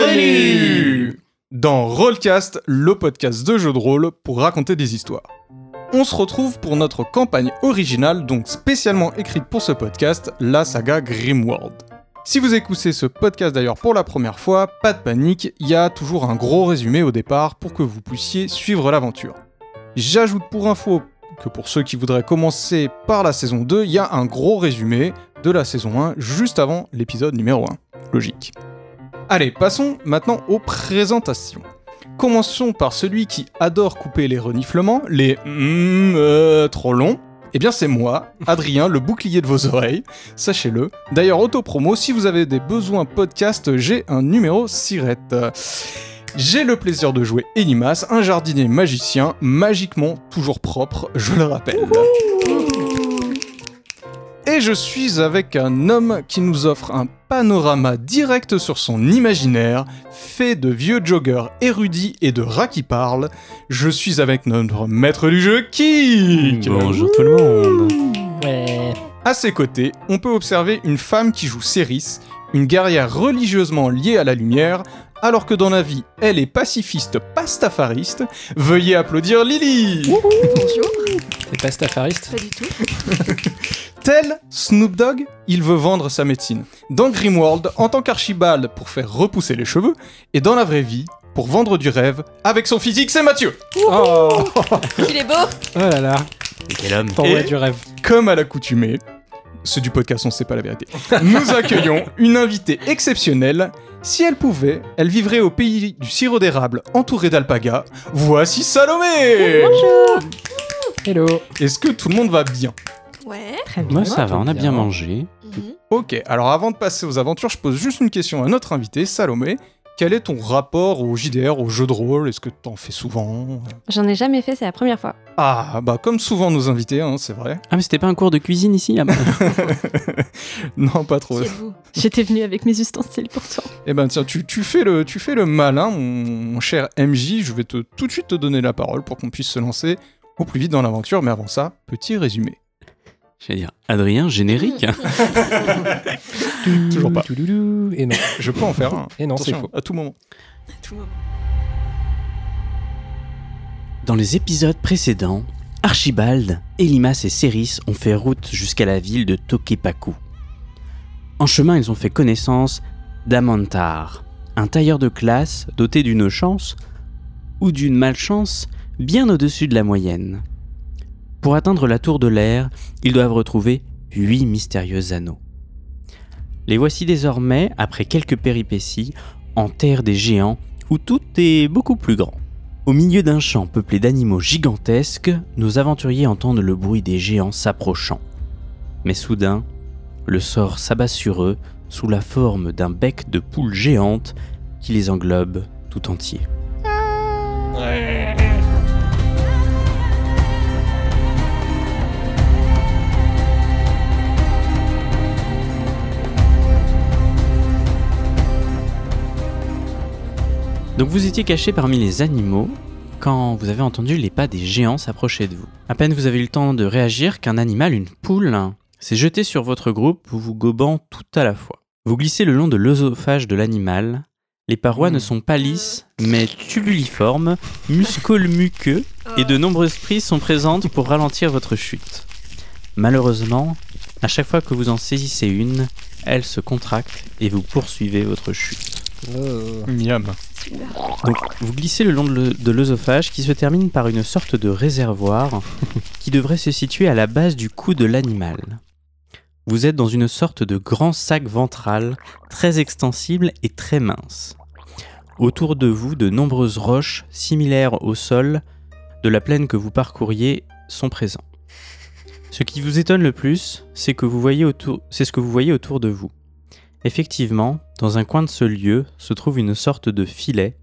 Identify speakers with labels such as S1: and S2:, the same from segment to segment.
S1: Bienvenue dans Rollcast, le podcast de jeux de rôle pour raconter des histoires. On se retrouve pour notre campagne originale, donc spécialement écrite pour ce podcast, la saga Grimworld. Si vous écoutez ce podcast d'ailleurs pour la première fois, pas de panique, il y a toujours un gros résumé au départ pour que vous puissiez suivre l'aventure. J'ajoute pour info que pour ceux qui voudraient commencer par la saison 2, il y a un gros résumé de la saison 1 juste avant l'épisode numéro 1. Logique. Allez, passons maintenant aux présentations. Commençons par celui qui adore couper les reniflements, les mm, euh, trop longs. Eh bien, c'est moi, Adrien, le bouclier de vos oreilles. Sachez-le. D'ailleurs, autopromo, si vous avez des besoins podcast, j'ai un numéro sirette. J'ai le plaisir de jouer Enimas, un jardinier magicien, magiquement toujours propre, je le rappelle. Et je suis avec un homme qui nous offre un panorama direct sur son imaginaire, fait de vieux joggers érudits et de rats qui parlent. Je suis avec notre maître du jeu, qui
S2: Bonjour tout le monde.
S3: Ouais.
S1: À ses côtés, on peut observer une femme qui joue Céris, une guerrière religieusement liée à la lumière, alors que dans la vie, elle est pacifiste pastafariste. Veuillez applaudir Lily
S4: Bonjour,
S2: T'es pas staffariste
S4: pas du tout.
S1: Tel Snoop Dogg, il veut vendre sa médecine. Dans Grimworld, en tant qu'archibald pour faire repousser les cheveux, et dans la vraie vie, pour vendre du rêve, avec son physique, c'est Mathieu
S2: Oh, oh
S4: Il est beau.
S5: oh
S2: là là,
S6: Quel homme
S2: t'envoies
S1: Et-
S2: du rêve.
S1: Comme à l'accoutumée, c'est du podcast, on sait pas la vérité. Nous accueillons une invitée exceptionnelle. Si elle pouvait, elle vivrait au pays du sirop d'érable, entourée d'alpagas. Voici Salomé
S2: Hello.
S1: Est-ce que tout le monde va bien
S4: Ouais.
S3: Très bien.
S2: Moi
S3: Moi,
S2: ça va, on a bien mangé.
S4: Mhm.
S1: Ok, alors avant de passer aux aventures, je pose juste une question à notre invitée, Salomé. Quel est ton rapport au JDR, au jeu de rôle Est-ce que t'en fais souvent
S7: J'en ai jamais fait, c'est la première fois.
S1: Ah, bah comme souvent nos invités, hein, c'est vrai.
S2: Ah mais c'était pas un cours de cuisine ici ah, bah.
S1: Non, pas trop.
S4: Qui êtes-vous
S7: J'étais venue avec mes ustensiles pourtant.
S1: Eh ben tiens, tu, tu fais le, tu fais le malin, mon, mon cher MJ. Je vais te, tout de suite te donner la parole pour qu'on puisse se lancer au plus vite dans l'aventure. Mais avant ça, petit résumé.
S2: J'allais dire Adrien générique.
S1: Toujours pas.
S5: Touloulou. Et non,
S1: Je peux en faire un.
S5: et non c'est
S1: Attention,
S5: faux.
S1: À tout moment.
S4: À tout moment.
S2: Dans les épisodes précédents, Archibald, Elimas et Céris ont fait route jusqu'à la ville de Tokepaku. En chemin, ils ont fait connaissance d'Amantar, un tailleur de classe doté d'une chance ou d'une malchance bien au-dessus de la moyenne. Pour atteindre la tour de l'air, ils doivent retrouver huit mystérieux anneaux. Les voici désormais, après quelques péripéties, en terre des géants où tout est beaucoup plus grand. Au milieu d'un champ peuplé d'animaux gigantesques, nos aventuriers entendent le bruit des géants s'approchant. Mais soudain, le sort s'abat sur eux sous la forme d'un bec de poule géante qui les englobe tout entier. Donc vous étiez caché parmi les animaux quand vous avez entendu les pas des géants s'approcher de vous. À peine vous avez eu le temps de réagir qu'un animal, une poule, s'est jeté sur votre groupe, vous gobant tout à la fois. Vous glissez le long de l'œsophage de l'animal. Les parois ne sont pas lisses, mais tubuliformes, muscolo-muqueux, et de nombreuses prises sont présentes pour ralentir votre chute. Malheureusement, à chaque fois que vous en saisissez une, elle se contracte et vous poursuivez votre chute.
S5: Euh,
S1: Miam.
S2: Donc, vous glissez le long de l'œ- de l'œsophage qui se termine par une sorte de réservoir qui devrait se situer à la base du cou de l'animal. Vous êtes dans une sorte de grand sac ventral très extensible et très mince. Autour de vous, de nombreuses roches similaires au sol de la plaine que vous parcouriez sont présents. Ce qui vous étonne le plus, c'est que vous voyez autour, c'est ce que vous voyez autour de vous. Effectivement, dans un coin de ce lieu se trouve une sorte de filet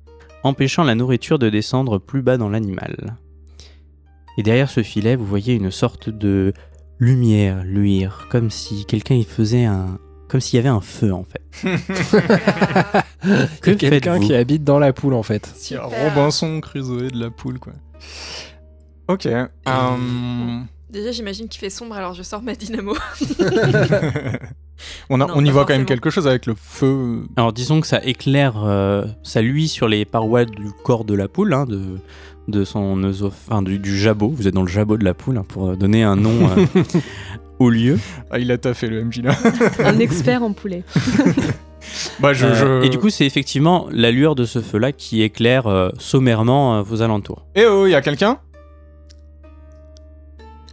S2: empêchant la nourriture de descendre plus bas dans l'animal. Et derrière ce filet, vous voyez une sorte de lumière luire, comme si quelqu'un y faisait un... comme s'il y avait un feu en fait.
S4: Oh
S2: que
S5: c'est quelqu'un
S2: faites-vous
S5: qui habite dans la poule en fait.
S1: C'est un Robinson Crusoe de la poule, quoi. Ok. hum,
S4: Déjà, j'imagine qu'il fait sombre, alors je sors ma dynamo.
S1: On, a-
S4: Non,
S1: on y
S4: pas
S1: voit quand même
S4: forcément.
S1: quelque chose avec le feu.
S2: Alors disons que ça éclaire, euh, ça luit sur les parois du corps de la poule, hein, de, de son œsof- enfin, du, du jabot. Vous êtes dans le jabot de la poule hein, pour euh, donner un nom euh, au lieu.
S1: Ah, il a taffé le MJ là.
S7: Un expert en poulet.
S1: bah, je,
S2: Euh,
S1: je-
S2: Et du coup, c'est effectivement la lueur de ce feu-là qui éclaire euh, sommairement euh, vos alentours.
S1: Eh oh, il y a quelqu'un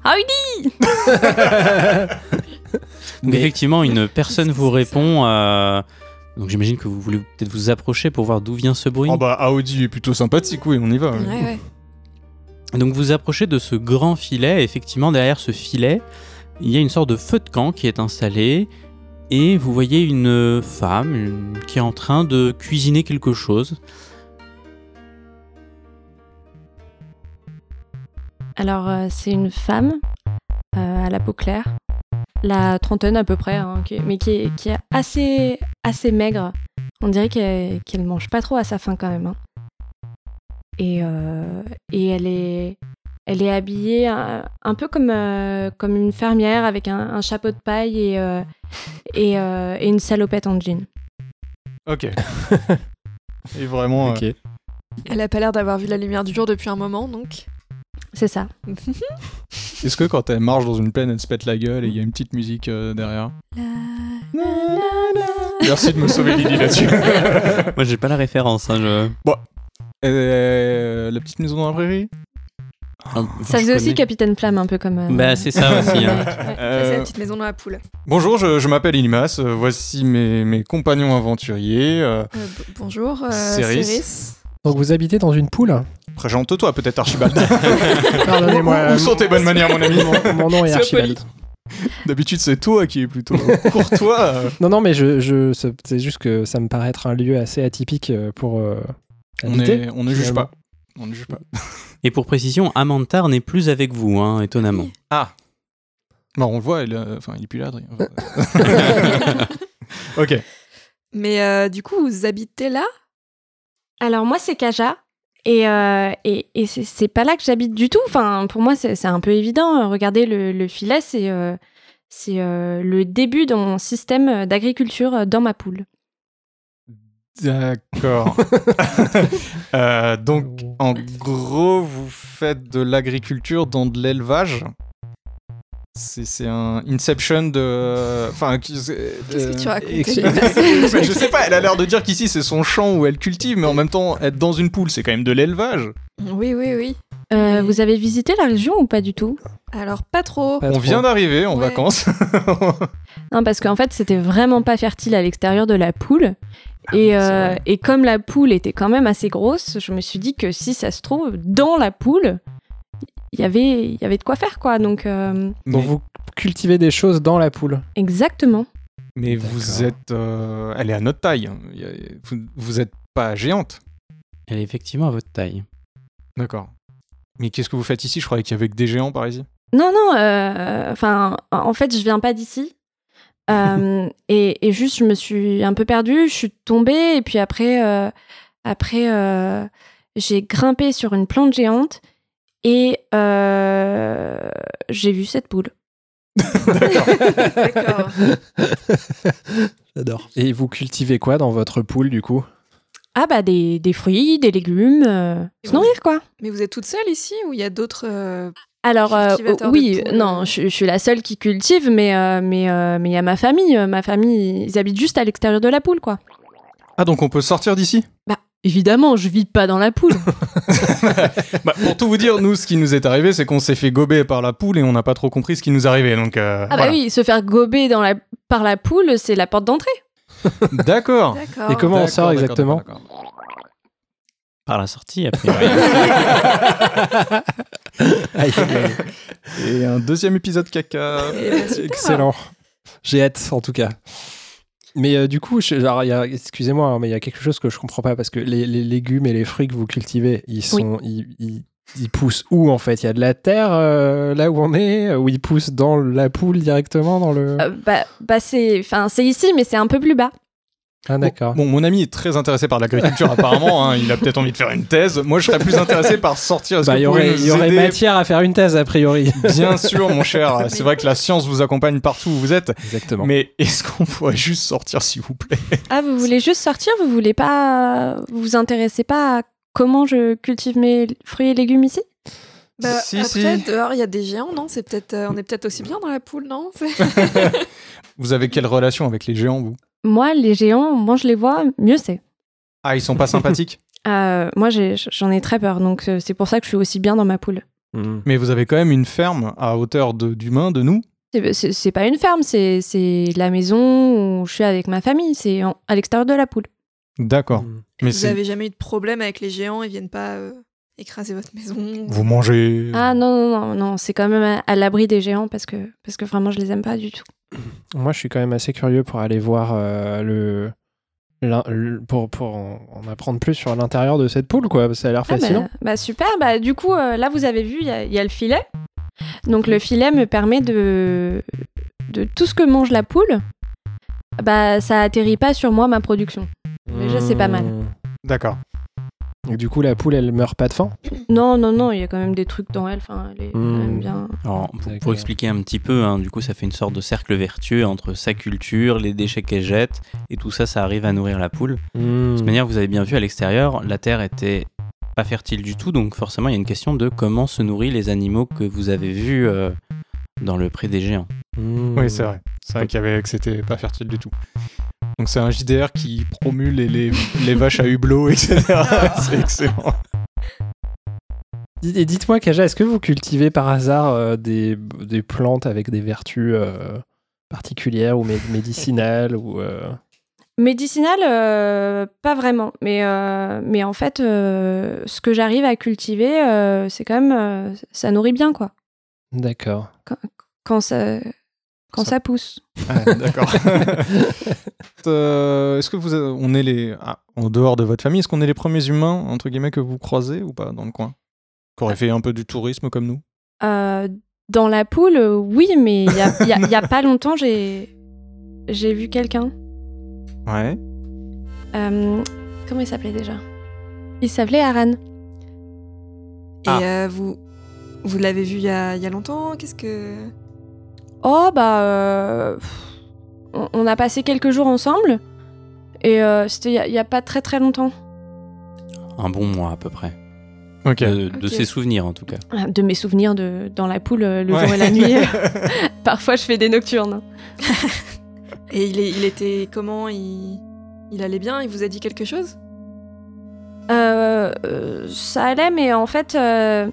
S4: Ah oui,
S2: Donc,
S5: Mais-
S2: effectivement, une personne vous
S4: Qu'est-ce que c'est
S2: répond. euh, donc j'imagine que vous voulez peut-être vous approcher pour voir d'où vient ce bruit.
S1: Oh bah, Audi est plutôt sympathique, oui, on y va.
S4: Ouais, ouais.
S2: Donc vous approchez de ce grand filet, et effectivement derrière ce filet, il y a une sorte de feu de camp qui est installé, et vous voyez une femme une- qui est en train de cuisiner quelque chose.
S7: Alors, euh, c'est une femme euh, à la peau claire, la trentaine à peu près, hein, qui- mais qui est, qui est assez, assez maigre. On dirait qu'elle qu'elle mange pas trop à sa faim quand même. hein. Et, euh, et elle, est, elle est habillée un, un peu comme, euh, comme une fermière avec un, un chapeau de paille et, euh, et, euh, et une salopette en jean.
S1: Ok. et vraiment.
S5: Ok.
S1: euh,
S4: Elle a pas l'air d'avoir vu la lumière du jour depuis un moment, donc.
S7: C'est ça.
S1: Est-ce que quand elle marche dans une plaine, elle se pète la gueule et il y a une petite musique euh, derrière Merci de me sauver Lily là-dessus.
S2: Moi j'ai pas la référence. hein, je-
S1: Euh, la petite maison dans la prairie
S7: Ça
S2: je
S7: faisait aussi
S2: connais.
S7: Capitaine Flamme, un peu comme. euh,
S2: Bah c'est ça aussi. hein.
S7: Ouais.
S4: Ça, C'est
S1: Euh,
S4: la petite maison dans la poule.
S1: Bonjour, je, je m'appelle Inimas, euh, voici mes, mes compagnons aventuriers. euh,
S4: Euh, b- bonjour, euh,
S1: Céris.
S4: Céris.
S5: Donc vous habitez dans une poule
S1: Présente-toi peut-être Archibald.
S5: Pardonnez-moi.
S2: Euh,
S1: Où sont tes bonnes manières mon ami
S5: Mon, mon nom est
S1: C'est
S5: Archibald.
S1: D'habitude c'est toi qui est plutôt courtois. euh.
S5: Non, non, mais je, je- c'est c'est juste que ça me paraît être un lieu assez atypique euh, pour euh,
S1: On,
S5: habiter.
S1: est- on ne juge
S5: finalement.
S1: pas. On ne juge pas.
S2: Et pour précision, Amantar n'est plus avec vous, hein, étonnamment.
S1: Bon, on le voit, il, euh, enfin, il est plus là, Adrien. ok.
S4: Mais euh, du coup, vous habitez là
S7: Alors moi c'est Kaja et, euh, et, et c'est- c'est pas là que j'habite du tout. Enfin pour moi c'est c'est un peu évident. Euh, Regardez le, le filet c'est euh, c'est euh, le début de mon système d'agriculture euh, dans ma poule.
S1: D'accord. Euh, donc, en gros, vous faites de l'agriculture dans de l'élevage. C'est c'est un Inception de. Enfin, qu'est-ce
S4: Qu'est-ce que tu racontes
S1: Mais Euh, je sais pas, elle a l'air de dire qu'ici c'est son champ où elle cultive, mais en même temps, être dans une poule, c'est quand même de l'élevage.
S4: Oui, oui, oui.
S7: Euh, vous avez visité la région ou pas du tout
S4: Alors, pas trop.
S5: Pas
S1: On
S5: trop.
S1: vient d'arriver en
S4: Ouais.
S1: vacances.
S7: Non parce qu'en fait c'était vraiment pas fertile à l'extérieur de la poule.
S2: Ah
S7: Et,
S1: c'est
S7: euh,
S1: vrai.
S7: et comme la poule était quand même assez grosse, je me suis dit que si ça se trouve, dans la poule, il y avait- il y avait de quoi faire, quoi. Donc, euh,
S5: Donc
S1: Mais-
S5: vous cultivez des choses dans la poule.
S7: exactement.
S1: Mais
S5: D'accord.
S1: vous êtes. euh, elle est à notre taille. Il y a- Vous, vous êtes pas géante.
S2: Elle est effectivement à votre taille.
S1: D'accord. Mais qu'est-ce que vous faites ici Je croyais qu'il y avait que des géants par ici.
S7: Non, non, euh, enfin, en fait, je viens pas d'ici. Euh, et, et juste, je me suis un peu perdue, je suis tombée, et puis après, euh, après euh, j'ai grimpé sur une plante géante et euh, j'ai vu cette poule.
S4: D'accord.
S5: J'adore. Et vous cultivez quoi dans votre poule du coup
S7: Ah, bah, des, des fruits, des légumes, euh,
S4: Et
S7: se
S4: vous-
S7: nourrir, quoi.
S4: Mais vous êtes toute seule ici ou il y a d'autres. euh,
S7: Alors euh,
S4: Cultivateur de
S7: oui,
S4: poules.
S7: non, je, je suis la seule qui cultive, mais euh, mais euh, mais il y a ma famille, Euh, ma famille, ils habitent juste à l'extérieur de la poule, quoi.
S1: Ah, donc on peut sortir d'ici
S7: Bah évidemment, je vis pas dans la poule.
S1: Bah, Pour tout vous dire, nous, ce qui nous est arrivé, c'est qu'on s'est fait gober par la poule et on n'a pas trop compris ce qui nous arrivait. Donc, euh,
S7: Ah bah
S1: voilà.
S7: oui, se faire gober dans la... par la poule, c'est la porte d'entrée.
S1: D'accord.
S4: D'accord.
S5: Et comment- on
S1: D'accord,
S5: sort
S1: d'accord,
S5: exactement
S1: d'accord, d'accord.
S2: Par la sortie, a priori.
S5: Aïe, aïe, aïe.
S1: Et un deuxième épisode caca.
S4: Eh ben, super.
S5: Excellent. J'ai hâte, en tout cas. Mais euh, du coup, je- alors, il y a- excusez-moi, hein, mais il y a quelque chose que je comprends pas parce que les, les légumes et les fruits que vous cultivez, ils sont, ils, ils- ils poussent où en fait Il y a de la terre euh, là où on est, où ils poussent dans la poule directement dans le.
S1: Euh,
S5: ah,
S7: Euh, bah bah c'est enfin, c'est ici, mais c'est un peu plus bas.
S5: Ah, d'accord.
S1: Bon, mon ami est très intéressé par l'agriculture apparemment, hein, il a peut-être envie de faire une thèse. Moi, je serais plus intéressé par sortir. Est-ce
S5: Bah,
S1: que
S5: il y
S1: vous pouvez
S5: aurait,
S1: nous
S5: il y aurait
S1: aider
S5: matière à faire une thèse, a priori.
S1: Bien sûr, mon cher. C'est vrai que la science vous accompagne partout où vous êtes.
S5: Exactement.
S1: Mais est-ce qu'on pourrait juste sortir, s'il vous plaît
S7: Ah, vous voulez juste sortir Vous voulez pas. Vous vous intéressez pas à comment je cultive mes fruits et légumes ici
S4: Bah,
S1: Si,
S4: après,
S1: si.
S4: dehors, il y a des géants, non C'est peut-être, euh, on est peut-être aussi bien dans la poule, non C'est-
S1: Vous avez quelle relation avec les géants, vous
S7: Moi, les géants, moins je les vois, mieux c'est.
S1: Ah, ils sont pas sympathiques.
S7: Euh, moi, j'ai- j'en ai très peur, donc euh, c'est pour ça que je suis aussi bien dans ma poule.
S2: Hmm.
S5: Mm.
S1: Mais vous avez quand même une ferme à hauteur de- d'humain, de nous.
S7: C'est- C'est c'est pas une ferme, c'est c'est la maison où je suis avec ma famille, c'est en- à l'extérieur de la poule.
S1: D'accord.
S5: Mm.
S1: Mais
S4: Vous
S1: c'est-
S4: avez jamais eu de problème avec les géants Ils viennent pas euh, écraser votre maison
S1: vous mangez.
S7: Ah non, non, non, non c'est quand même à, à l'abri des géants parce que, parce que vraiment je les aime pas du tout.
S5: Moi, je suis quand même assez curieux pour aller voir euh, le. l'in- le- Pour, pour en en apprendre plus sur l'intérieur de cette poule, quoi. parce que Ça a l'air
S7: Ah
S5: fascinant.
S7: bah, bah super, bah du coup euh, là vous avez vu, il y, a- il y a le filet. Donc le filet me permet de, de tout ce que mange la poule, bah ça atterrit pas sur moi ma production. déjà, c'est pas mal.
S5: Mm.
S1: D'accord.
S5: Et du coup, la poule, elle meurt pas de faim.
S7: Non, non, non, il y a quand même des trucs dans elle, enfin elle est quand
S5: Hmm.
S7: même bien.
S2: Alors, pour,
S5: D'accord.
S2: pour expliquer un petit peu, hein, du coup, ça fait une sorte de cercle vertueux entre sa culture, les déchets qu'elle jette, et tout ça, ça arrive à nourrir la poule.
S5: Hmm.
S2: De toute manière, vous avez bien vu à l'extérieur, la terre était pas fertile du tout, donc forcément, il y a une question de comment se nourrissent les animaux que vous avez vus euh, dans le pré des géants.
S5: Mm.
S1: Oui, c'est vrai. C'est vrai qu'il y avait que c'était pas fertile du tout. Donc c'est un JDR qui promue les, les, les vaches à hublot, etc. c'est excellent.
S5: Dites- Et dites-moi, Kaja, est-ce que vous cultivez par hasard euh, des, des plantes avec des vertus euh, particulières ou mé- médicinales ou euh,
S7: Médicinal, euh, pas vraiment. Mais, euh, mais en fait, euh, ce que j'arrive à cultiver, euh, c'est quand même. euh, ça nourrit bien, quoi.
S5: D'accord.
S7: Quand ça, quand
S5: Ça-
S7: ça, pousse.
S1: Ah, D'accord. Euh, Est-ce que vous, euh, on est les, ah, en dehors de votre famille, est-ce qu'on est les premiers humains entre guillemets que vous croisez ou pas dans le coin, qui auraient fait un peu du tourisme comme nous
S7: Euh, dans la poule, euh, oui, mais il y a, il y a- il y a pas longtemps, j'ai, j'ai vu quelqu'un.
S1: Ouais.
S7: Euh, comment il s'appelait déjà Il s'appelait Aran.
S4: Et
S1: Ah.
S4: euh, vous, vous l'avez vu il y a, il y a longtemps Qu'est-ce que
S7: Oh, bah. euh, pff, on, on a passé quelques jours ensemble. Et euh, c'était il y a- il y a pas très très longtemps.
S2: Un bon mois à peu près,
S1: Ok.
S2: de, de
S4: Ok.
S2: ses souvenirs en tout cas.
S7: Ah, de mes souvenirs de, dans la poule euh, le
S1: Ouais.
S7: jour et la nuit. Parfois, je fais des nocturnes.
S4: Et il, est- il était comment il, il allait bien Il vous a dit quelque chose
S7: Euh, euh, ça allait, mais en fait, euh,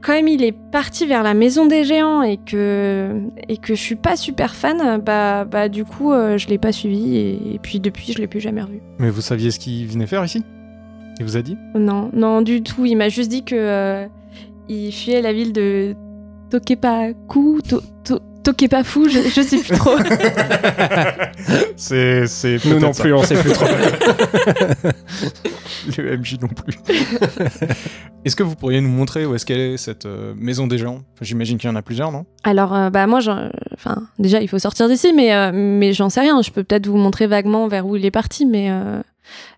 S7: comme il est parti vers la maison des géants et que, et que je suis pas super fan, bah, bah du coup, euh, je l'ai pas suivi et, et puis depuis, je l'ai plus jamais revu.
S1: Mais vous saviez ce qu'il venait faire ici Il vous a dit
S7: Non, non, du tout. Il m'a juste dit que euh, il fuyait la ville de Tokepaku, To- To- Tokepafu, je, je sais plus trop.
S1: C'est, c'est
S5: Nous
S1: peut-être
S5: non
S1: ça.
S5: plus, on sait plus trop.
S1: Le MJ non plus. est-ce que vous pourriez nous montrer où est-ce qu'elle est cette euh, maison des gens Enfin, J'imagine qu'il y en a plusieurs, non
S7: Alors, euh, bah moi, j'en- enfin, déjà, il faut sortir d'ici, mais, euh, mais j'en sais rien. Je peux peut-être vous montrer vaguement vers où il est parti, mais, euh,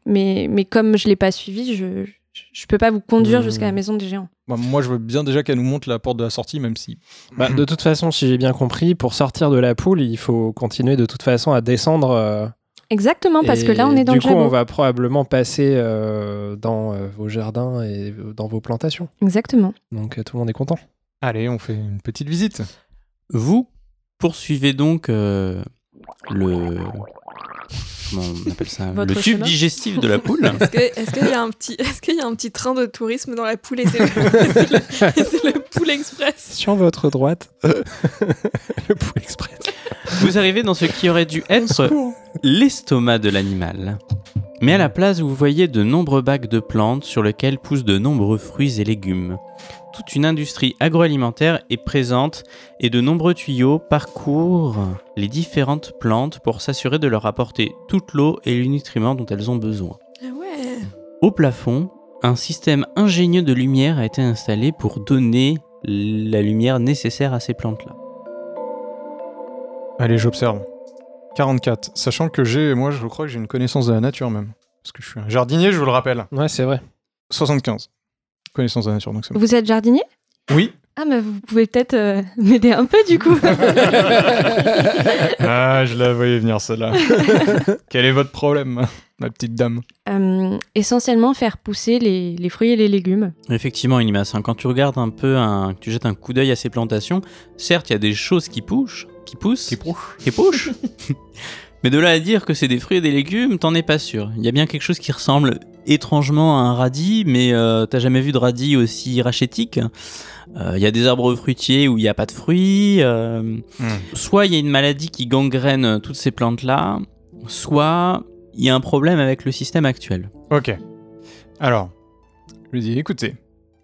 S7: mais, mais comme je l'ai pas suivi, je, je, je peux pas vous conduire
S5: Mmh.
S7: jusqu'à la maison des géants.
S1: Bah, Moi, je veux bien déjà qu'elle nous montre la porte de la sortie, même si.
S5: Bah, de toute façon, si j'ai bien compris, pour sortir de la poule, il faut continuer de toute façon à descendre. euh,
S7: Exactement, parce
S5: et
S7: que là, on est dans
S5: Du
S7: le
S5: coup,
S7: jardin.
S5: on va probablement passer euh, dans euh, vos jardins et euh, dans vos plantations.
S7: Exactement.
S5: Donc euh, tout le monde est content.
S1: Allez, on fait une petite visite.
S2: Vous poursuivez donc euh, le. Comment on appelle ça
S7: Votre
S2: Le tube
S7: chemin
S2: digestif de la poule.
S4: Est-ce que- est-ce qu'il y a un petit, est-ce qu'il y a un petit train de tourisme dans la poule et c'est le, c'est le- c'est le poule express
S5: Sur votre droite, le poule express.
S2: Vous arrivez dans ce qui aurait dû
S5: Euh,
S2: être l'estomac de l'animal. Mais à la place, vous voyez de nombreux bacs de plantes sur lesquels poussent de nombreux fruits et légumes. Toute une industrie agroalimentaire est présente et de nombreux tuyaux parcourent les différentes plantes pour s'assurer de leur apporter toute l'eau et les nutriments dont elles ont besoin.
S4: Ah ouais.
S2: Au plafond, un système ingénieux de lumière a été installé pour donner la lumière nécessaire à ces plantes-là.
S1: Allez, j'observe. 44. Sachant que j'ai, moi, je crois que j'ai une connaissance de la nature même. Parce que je suis un jardinier, je vous le rappelle.
S5: Ouais, c'est vrai.
S1: 75. Connaissance de la nature, donc c'est bon.
S7: Vous êtes jardinier
S1: Oui.
S7: Ah, mais vous pouvez peut-être euh, m'aider un peu du coup.
S1: Ah, je la voyais venir celle-là. Quel est votre problème, ma petite dame
S7: Euh, essentiellement, faire pousser les, les fruits et les légumes.
S2: Effectivement, Inimas, hein, quand tu regardes un peu, un- que tu jettes un coup d'œil à ces plantations, certes, il y a des choses qui poussent, qui poussent, qui, poussent, mais de là à dire que c'est des fruits et des légumes, t'en es pas sûr. Il y a bien quelque chose qui ressemble étrangement à un radis, mais euh, t'as jamais vu de radis aussi rachétique. Euh, Il y a des arbres fruitiers où il n'y a pas de fruits. euh, Soit il y a une maladie qui gangrène toutes ces plantes-là, soit il y a un problème avec le système actuel.
S1: Ok. Alors, je lui dis, écoutez,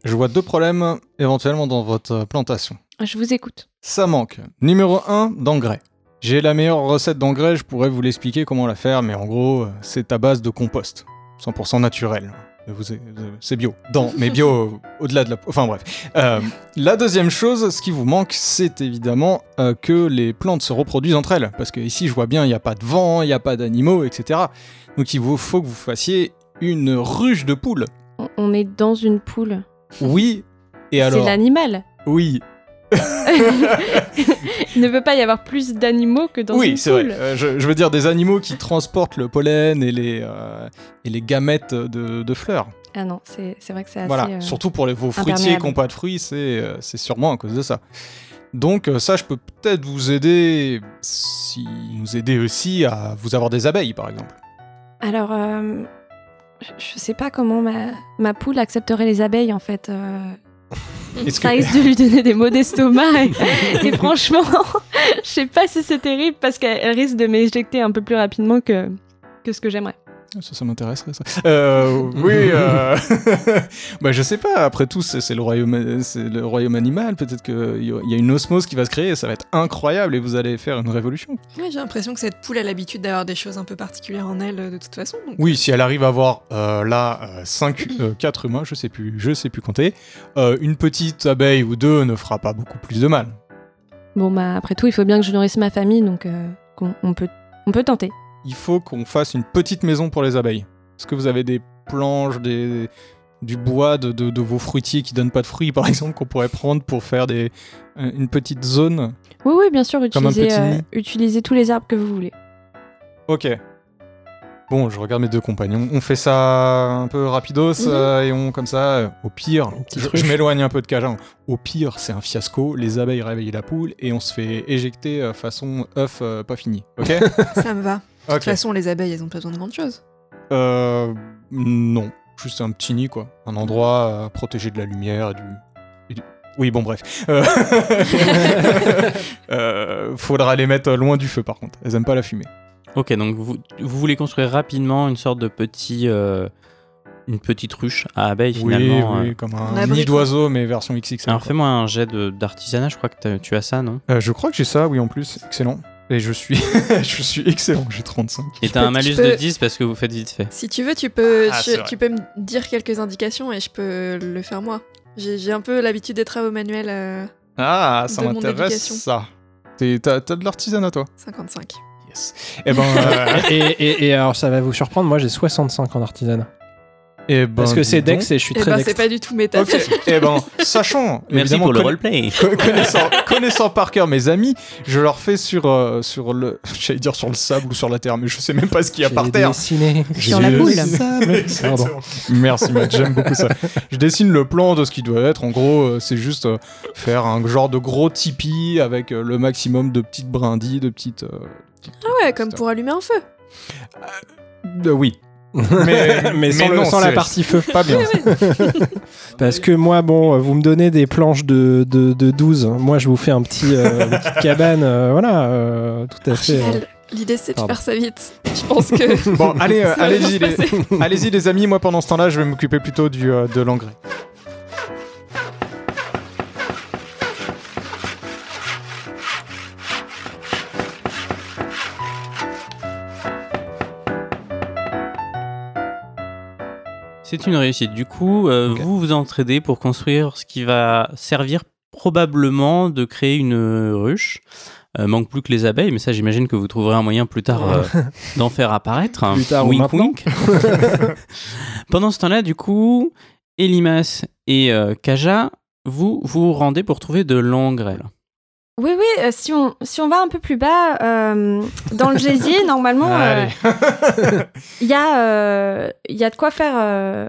S1: je vois deux problèmes éventuellement dans votre plantation.
S7: Je vous écoute.
S1: Ça manque. Numéro 1, d'engrais. J'ai la meilleure recette d'engrais, je pourrais vous l'expliquer comment la faire, mais en gros, euh, c'est à base de compost. 100% naturel. Vous- euh, C'est bio. Dans, mais bio euh, au-delà de la... Enfin bref. Euh, la deuxième chose, ce qui vous manque, c'est évidemment euh, que les plantes se reproduisent entre elles. Parce que ici, je vois bien, il n'y a pas de vent, il n'y a pas d'animaux, etc. Donc il vous faut que vous fassiez une ruche de poules.
S7: On, on est dans une poule.
S1: Oui. Et
S7: C'est
S1: alors
S7: l'animal.
S1: Oui.
S7: Il ne peut pas y avoir plus d'animaux que dans une
S1: oui, c'est vrai.
S7: poule.
S1: Euh, je, je veux dire des animaux qui transportent le pollen et les, euh, et les gamètes de, de fleurs.
S7: Ah non, c'est c'est vrai que c'est assez.
S1: voilà.
S7: euh,
S1: Surtout pour les, vos fruitiers
S7: imperméable.
S1: qui n'ont pas de fruits, c'est euh, c'est sûrement à cause de ça. Donc euh, ça, je peux peut-être vous aider, si nous aider aussi à vous avoir des abeilles, par exemple.
S7: Alors, euh, je- je sais pas comment ma, ma poule accepterait les abeilles en fait. euh,
S1: Est-ce
S7: ça
S1: que-
S7: risque de lui donner des maux d'estomac et, et franchement, je sais pas si c'est terrible parce qu'elle elle risque de m'éjecter un peu plus rapidement que, que ce que j'aimerais.
S1: Ça, ça m'intéresserait, ça. Euh, oui, euh... bah, je sais pas, après tout, c'est c'est le, royaume- c'est le royaume animal, peut-être qu'il y a une osmose qui va se créer, ça va être incroyable et vous allez faire une révolution.
S4: Ouais, j'ai l'impression que cette poule a l'habitude d'avoir des choses un peu particulières en elle euh, de toute façon. donc.
S1: Oui, si elle arrive à avoir euh, là 5, 4 humains, je sais plus, je sais plus compter, euh, une petite abeille ou deux ne fera pas beaucoup plus de mal.
S7: Bon, bah après tout, il faut bien que je nourrisse ma famille donc euh, qu'on- on, peut, on peut tenter.
S1: Il faut qu'on fasse une petite maison pour les abeilles. Est-ce que vous avez des planches, des, du bois de, de- de vos fruitiers qui donnent pas de fruits, par exemple, qu'on pourrait prendre pour faire des, euh, une petite zone
S7: Oui, oui, bien sûr,
S1: Comme un
S7: utilisez,
S1: petit
S7: euh,
S1: nid.
S7: utilisez tous les arbres que vous voulez.
S1: Ok. Bon, je regarde mes deux compagnons. On fait ça un peu rapidos euh, et on comme ça. euh, au pire,
S5: Mhm. Un petit
S1: je,
S5: truc.
S1: je m'éloigne un peu de Cajun. Au pire, c'est un fiasco. Les abeilles réveillent la poule et on se fait éjecter euh, façon œuf euh, pas fini. Ok.
S4: Ça me va. De
S1: ok.
S4: toute façon, les abeilles, elles ont pas besoin de grande chose.
S1: Euh, non, juste un petit nid quoi, un endroit euh, protégé de la lumière et du. et du- Oui, bon, bref. Euh, euh, faudra les mettre loin du feu, par contre. Elles aiment pas la fumée.
S2: Ok, donc vous, vous voulez construire rapidement une sorte de petit, euh, une petite ruche à abeilles
S1: Oui,
S2: finalement.
S1: oui,
S2: euh.
S1: comme
S4: Un
S1: un
S4: abri,
S1: nid
S4: quoi.
S1: d'oiseau, mais version XXL.
S2: Alors
S1: quoi.
S2: fais-moi un jet de- d'artisanat, je crois que t'as- tu as ça, non
S1: Euh, je crois que j'ai ça, oui, en plus. Excellent. Et je suis, je suis excellent, j'ai 35.
S2: Et t'as un
S4: peux-
S2: malus
S4: je peux-
S2: de 10 parce que vous faites vite fait.
S4: Si tu veux, tu peux,
S1: Ah,
S4: tu-
S1: c'est vrai.
S4: tu peux me dire quelques indications et je peux le faire moi. J'ai j'ai un peu l'habitude des travaux manuels euh,
S1: Ah, ça
S4: De mon
S1: m'intéresse,
S4: éducation.
S1: ça. T'es- T'as t'as de l'artisanat, toi
S4: 55.
S1: Yes. Eh ben, euh,
S5: et, et- et alors, ça va vous surprendre, moi j'ai 65 en artisanat.
S1: eh ben,
S5: Parce que
S1: dis
S5: c'est
S1: donc.
S5: Dex et je suis
S4: Eh
S5: très
S4: ben, c'est
S5: dextre.
S4: pas du tout méta.
S1: Ok, eh ben, sachant,
S2: Merci
S1: évidemment,
S2: pour le
S1: conna-
S2: roleplay.
S1: co- connaissant, connaissant par cœur mes amis, je leur fais sur, euh, sur le, j'allais dire sur le sable ou sur la terre, mais je sais même pas ce qu'il y a
S5: J'ai
S1: par terre.
S5: dessiné.
S7: Sur la
S1: Je-
S7: boule.
S5: Pardon.
S1: Exactement. Merci Matt, j'aime beaucoup ça. Je dessine le plan de ce qui doit être. En gros, euh, c'est juste euh, faire un genre de gros tipi avec euh, le maximum de petites brindilles, de petites. euh,
S4: Ah ouais, comme pour allumer un feu.
S1: euh, oui. Mais-
S5: mais, sans,
S1: mais
S5: le-
S1: non,
S5: sans la
S1: c'est-
S5: partie feu.
S1: Pas bien.
S5: Parce que moi, bon, euh, vous me donnez des planches de, de, de 12. Moi, je vous fais un petit, euh, une petite cabane. euh, voilà, euh, tout à fait. euh.
S4: Archibald, L'idée, c'est de
S5: Pardon.
S4: faire ça vite. Je pense que.
S1: Bon, allez, euh,
S4: Ça va
S1: allez-y,
S4: bien
S1: les,
S4: se passer.
S1: allez-y, les amis. Moi, pendant ce temps-là, je vais m'occuper plutôt du, euh, de l'engrais.
S2: C'est une réussite. Du coup, euh,
S5: Ok.
S2: vous vous entraidez pour construire ce qui va servir probablement de créer une euh, ruche. Euh, manque plus que les abeilles, mais ça, j'imagine que vous trouverez un moyen plus tard euh, d'en faire apparaître. hein.
S5: Plus tard ou
S2: Wink,
S5: maintenant.
S2: wink. Pendant ce temps-là, du coup, Elimas et euh, Kaja, vous vous rendez pour trouver de l'engrais. là.
S7: Oui, oui, euh, si, on, si on va un peu plus bas, euh, dans le gésier, normalement, euh,
S1: Allez.
S7: il y, a, euh, il y a de quoi faire. euh,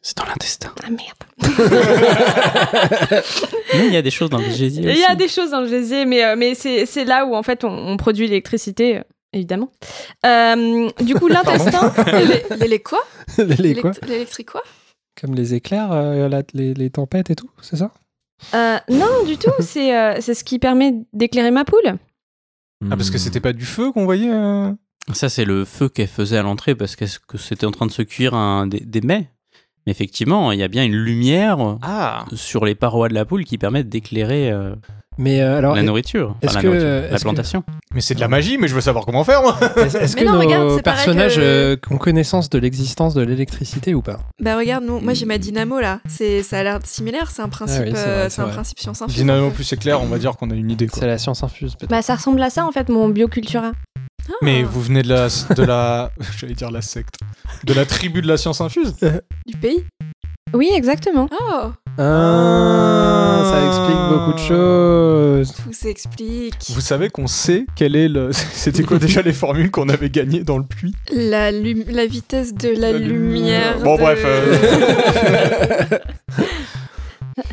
S2: C'est dans l'intestin.
S7: Ah merde.
S2: Mais il y a des choses dans le gésier.
S7: Il y a
S2: aussi.
S7: des choses dans le gésier, mais, euh, mais c'est c'est là où en fait on, on produit l'électricité, euh, évidemment. Euh, du coup, l'intestin.
S4: Les, les- les quoi
S5: les, euh, les quoi
S4: L'élect- L'électrique quoi
S5: Comme les éclairs, euh, la- les, les tempêtes et tout, c'est ça
S7: euh, non, du tout, c'est euh, c'est ce qui permet d'éclairer ma poule.
S1: Ah, parce que c'était pas du feu qu'on voyait euh
S2: Ça, c'est le feu qu'elle faisait à l'entrée parce que que c'était en train de se cuire un, des, des mets. Mais effectivement, il y a bien une lumière
S1: Ah
S2: sur les parois de la poule qui permet d'éclairer euh,
S5: Mais euh, alors,
S2: la nourriture, enfin,
S5: est-ce
S2: la,
S5: que-
S2: nourriture,
S5: est-ce
S2: la
S5: que-
S2: plantation.
S1: Mais c'est de la magie, mais je veux savoir comment faire, moi
S5: est-ce est-ce que
S4: Mais non,
S5: nos
S4: regarde, c'est pareil
S5: personnages
S4: que-
S5: euh, ont connaissance de l'existence de l'électricité ou pas
S4: Bah regarde, nous, moi j'ai ma dynamo là. C'est, ça a l'air similaire. C'est un principe,
S5: Ah oui, c'est vrai,
S4: euh,
S5: c'est
S4: c'est un
S5: vrai.
S4: principe science infuse.
S1: Dynamo plus éclair, on va dire qu'on a une idée, quoi.
S5: C'est la science infuse peut-être.
S7: Bah, ça ressemble à ça en fait, mon biocultura.
S4: Ah.
S1: Mais vous venez de la... De la J'allais dire la secte. De la tribu de la science infuse
S4: du pays
S7: Oui, exactement.
S4: Oh,
S5: Ah, ça explique beaucoup de choses.
S4: tout s'explique.
S1: Vous savez qu'on sait quel est le... C'était quoi déjà les formules qu'on avait gagnées dans le puits
S4: La, lum- la vitesse de la,
S1: La lumière.
S4: lumière.
S1: Bon,
S4: de-
S1: bref, euh,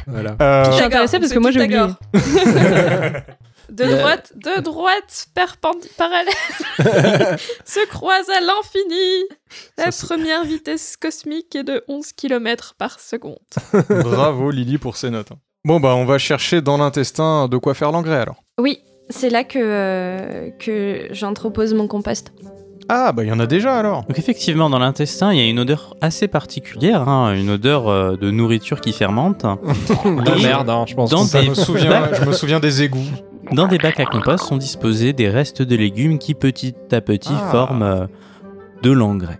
S5: Voilà.
S1: Euh,
S7: Je suis
S4: Pythagore,
S7: intéressée parce
S4: c'est
S7: que moi j'ai oublié.
S4: Pythagore. De droite, de droite, perpendiculaire, parallèle, se croisent à l'infini. La première vitesse cosmique est de 11 km par seconde.
S1: Bravo Lily pour ses notes. Bon bah on va chercher dans l'intestin de quoi faire l'engrais alors.
S7: Oui, c'est là que, euh, que j'entrepose mon compost.
S1: Ah bah il y en a déjà alors.
S2: Donc effectivement, dans l'intestin, il y a une odeur assez particulière, hein, une odeur euh, de nourriture qui fermente.
S5: De
S2: Et
S5: merde, hein, je pense.
S2: dans
S5: que ça-
S1: Je
S2: des-
S1: me souviens, je me souviens des égouts.
S2: Dans des bacs à compost sont disposés des restes de légumes qui petit à petit
S1: Ah.
S2: forment euh, de l'engrais.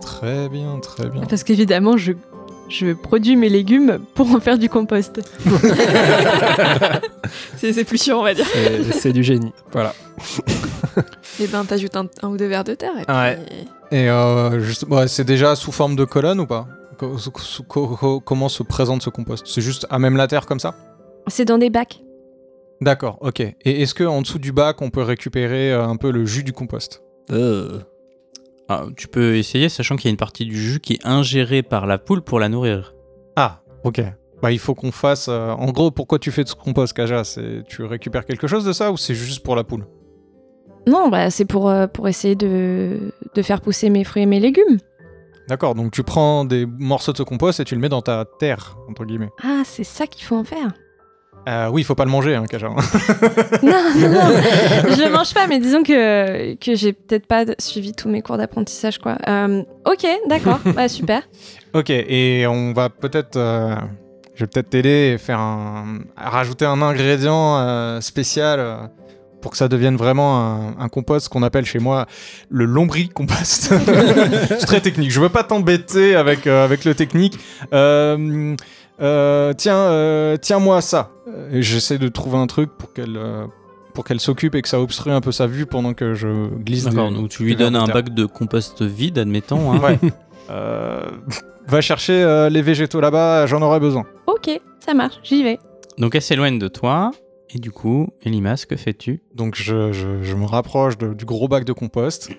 S1: Très bien, très bien.
S7: Parce qu'évidemment, je, je produis mes légumes pour en faire du compost.
S4: C'est, c'est plus chiant, on va dire.
S5: C'est c'est du génie. Voilà.
S7: Eh
S4: Et ben, t'ajoutes un, un ou deux verres de terre. Et
S1: Ouais.
S4: puis-
S1: Et euh, juste- ouais, c'est déjà sous forme de colonne ou pas Co- sous- sous- co- co- Comment se présente ce compost C'est juste à même la terre comme ça
S7: C'est dans des bacs.
S1: D'accord, ok. Et est-ce que en dessous du bac on peut récupérer euh, un peu le jus du compost
S5: Euh.
S2: Ah, tu peux essayer, sachant qu'il y a une partie du jus qui est ingérée par la poule pour la nourrir.
S1: Ah, ok. Bah il faut qu'on fasse. euh, En gros, pourquoi tu fais de ce compost, Kaja C'est tu récupères quelque chose de ça ou c'est juste pour la poule
S7: Non, bah, c'est pour, euh, pour essayer de, de faire pousser mes fruits et mes légumes.
S1: D'accord, donc tu prends des morceaux de ce compost et tu le mets dans ta terre, entre guillemets.
S7: Ah, c'est ça qu'il faut en faire.
S1: Euh, oui, il faut pas le manger, hein, Kaja.
S7: non, non, non, je le mange pas, mais disons que, que j'ai peut-être pas suivi tous mes cours d'apprentissage, quoi. Euh, ok, d'accord, bah, super.
S1: ok, et on va peut-être... euh, Je vais peut-être t'aider et faire un... rajouter un ingrédient euh, spécial euh, pour que ça devienne vraiment un, un compost qu'on appelle chez moi le lombric compost. C'est très technique, je veux pas t'embêter avec, euh, avec le technique. Euh, euh, tiens, euh, tiens-moi ça. Euh, et J'essaie de trouver un truc pour qu'elle... euh, pour qu'elle s'occupe et que ça obstrue un peu sa vue pendant que je glisse.
S2: D'accord,
S1: des-
S2: donc tu
S1: des
S2: lui
S1: vers
S2: donnes
S1: de
S2: un
S1: terre.
S2: bac de compost vide, admettons. hein.
S1: Ouais. Euh, va chercher euh, les végétaux là-bas, j'en aurai besoin.
S7: Ok, ça marche, j'y vais.
S2: Donc elle s'éloigne de toi, et du coup, Elimas, que fais-tu
S1: Donc je, je- je me rapproche de- du gros bac de compost.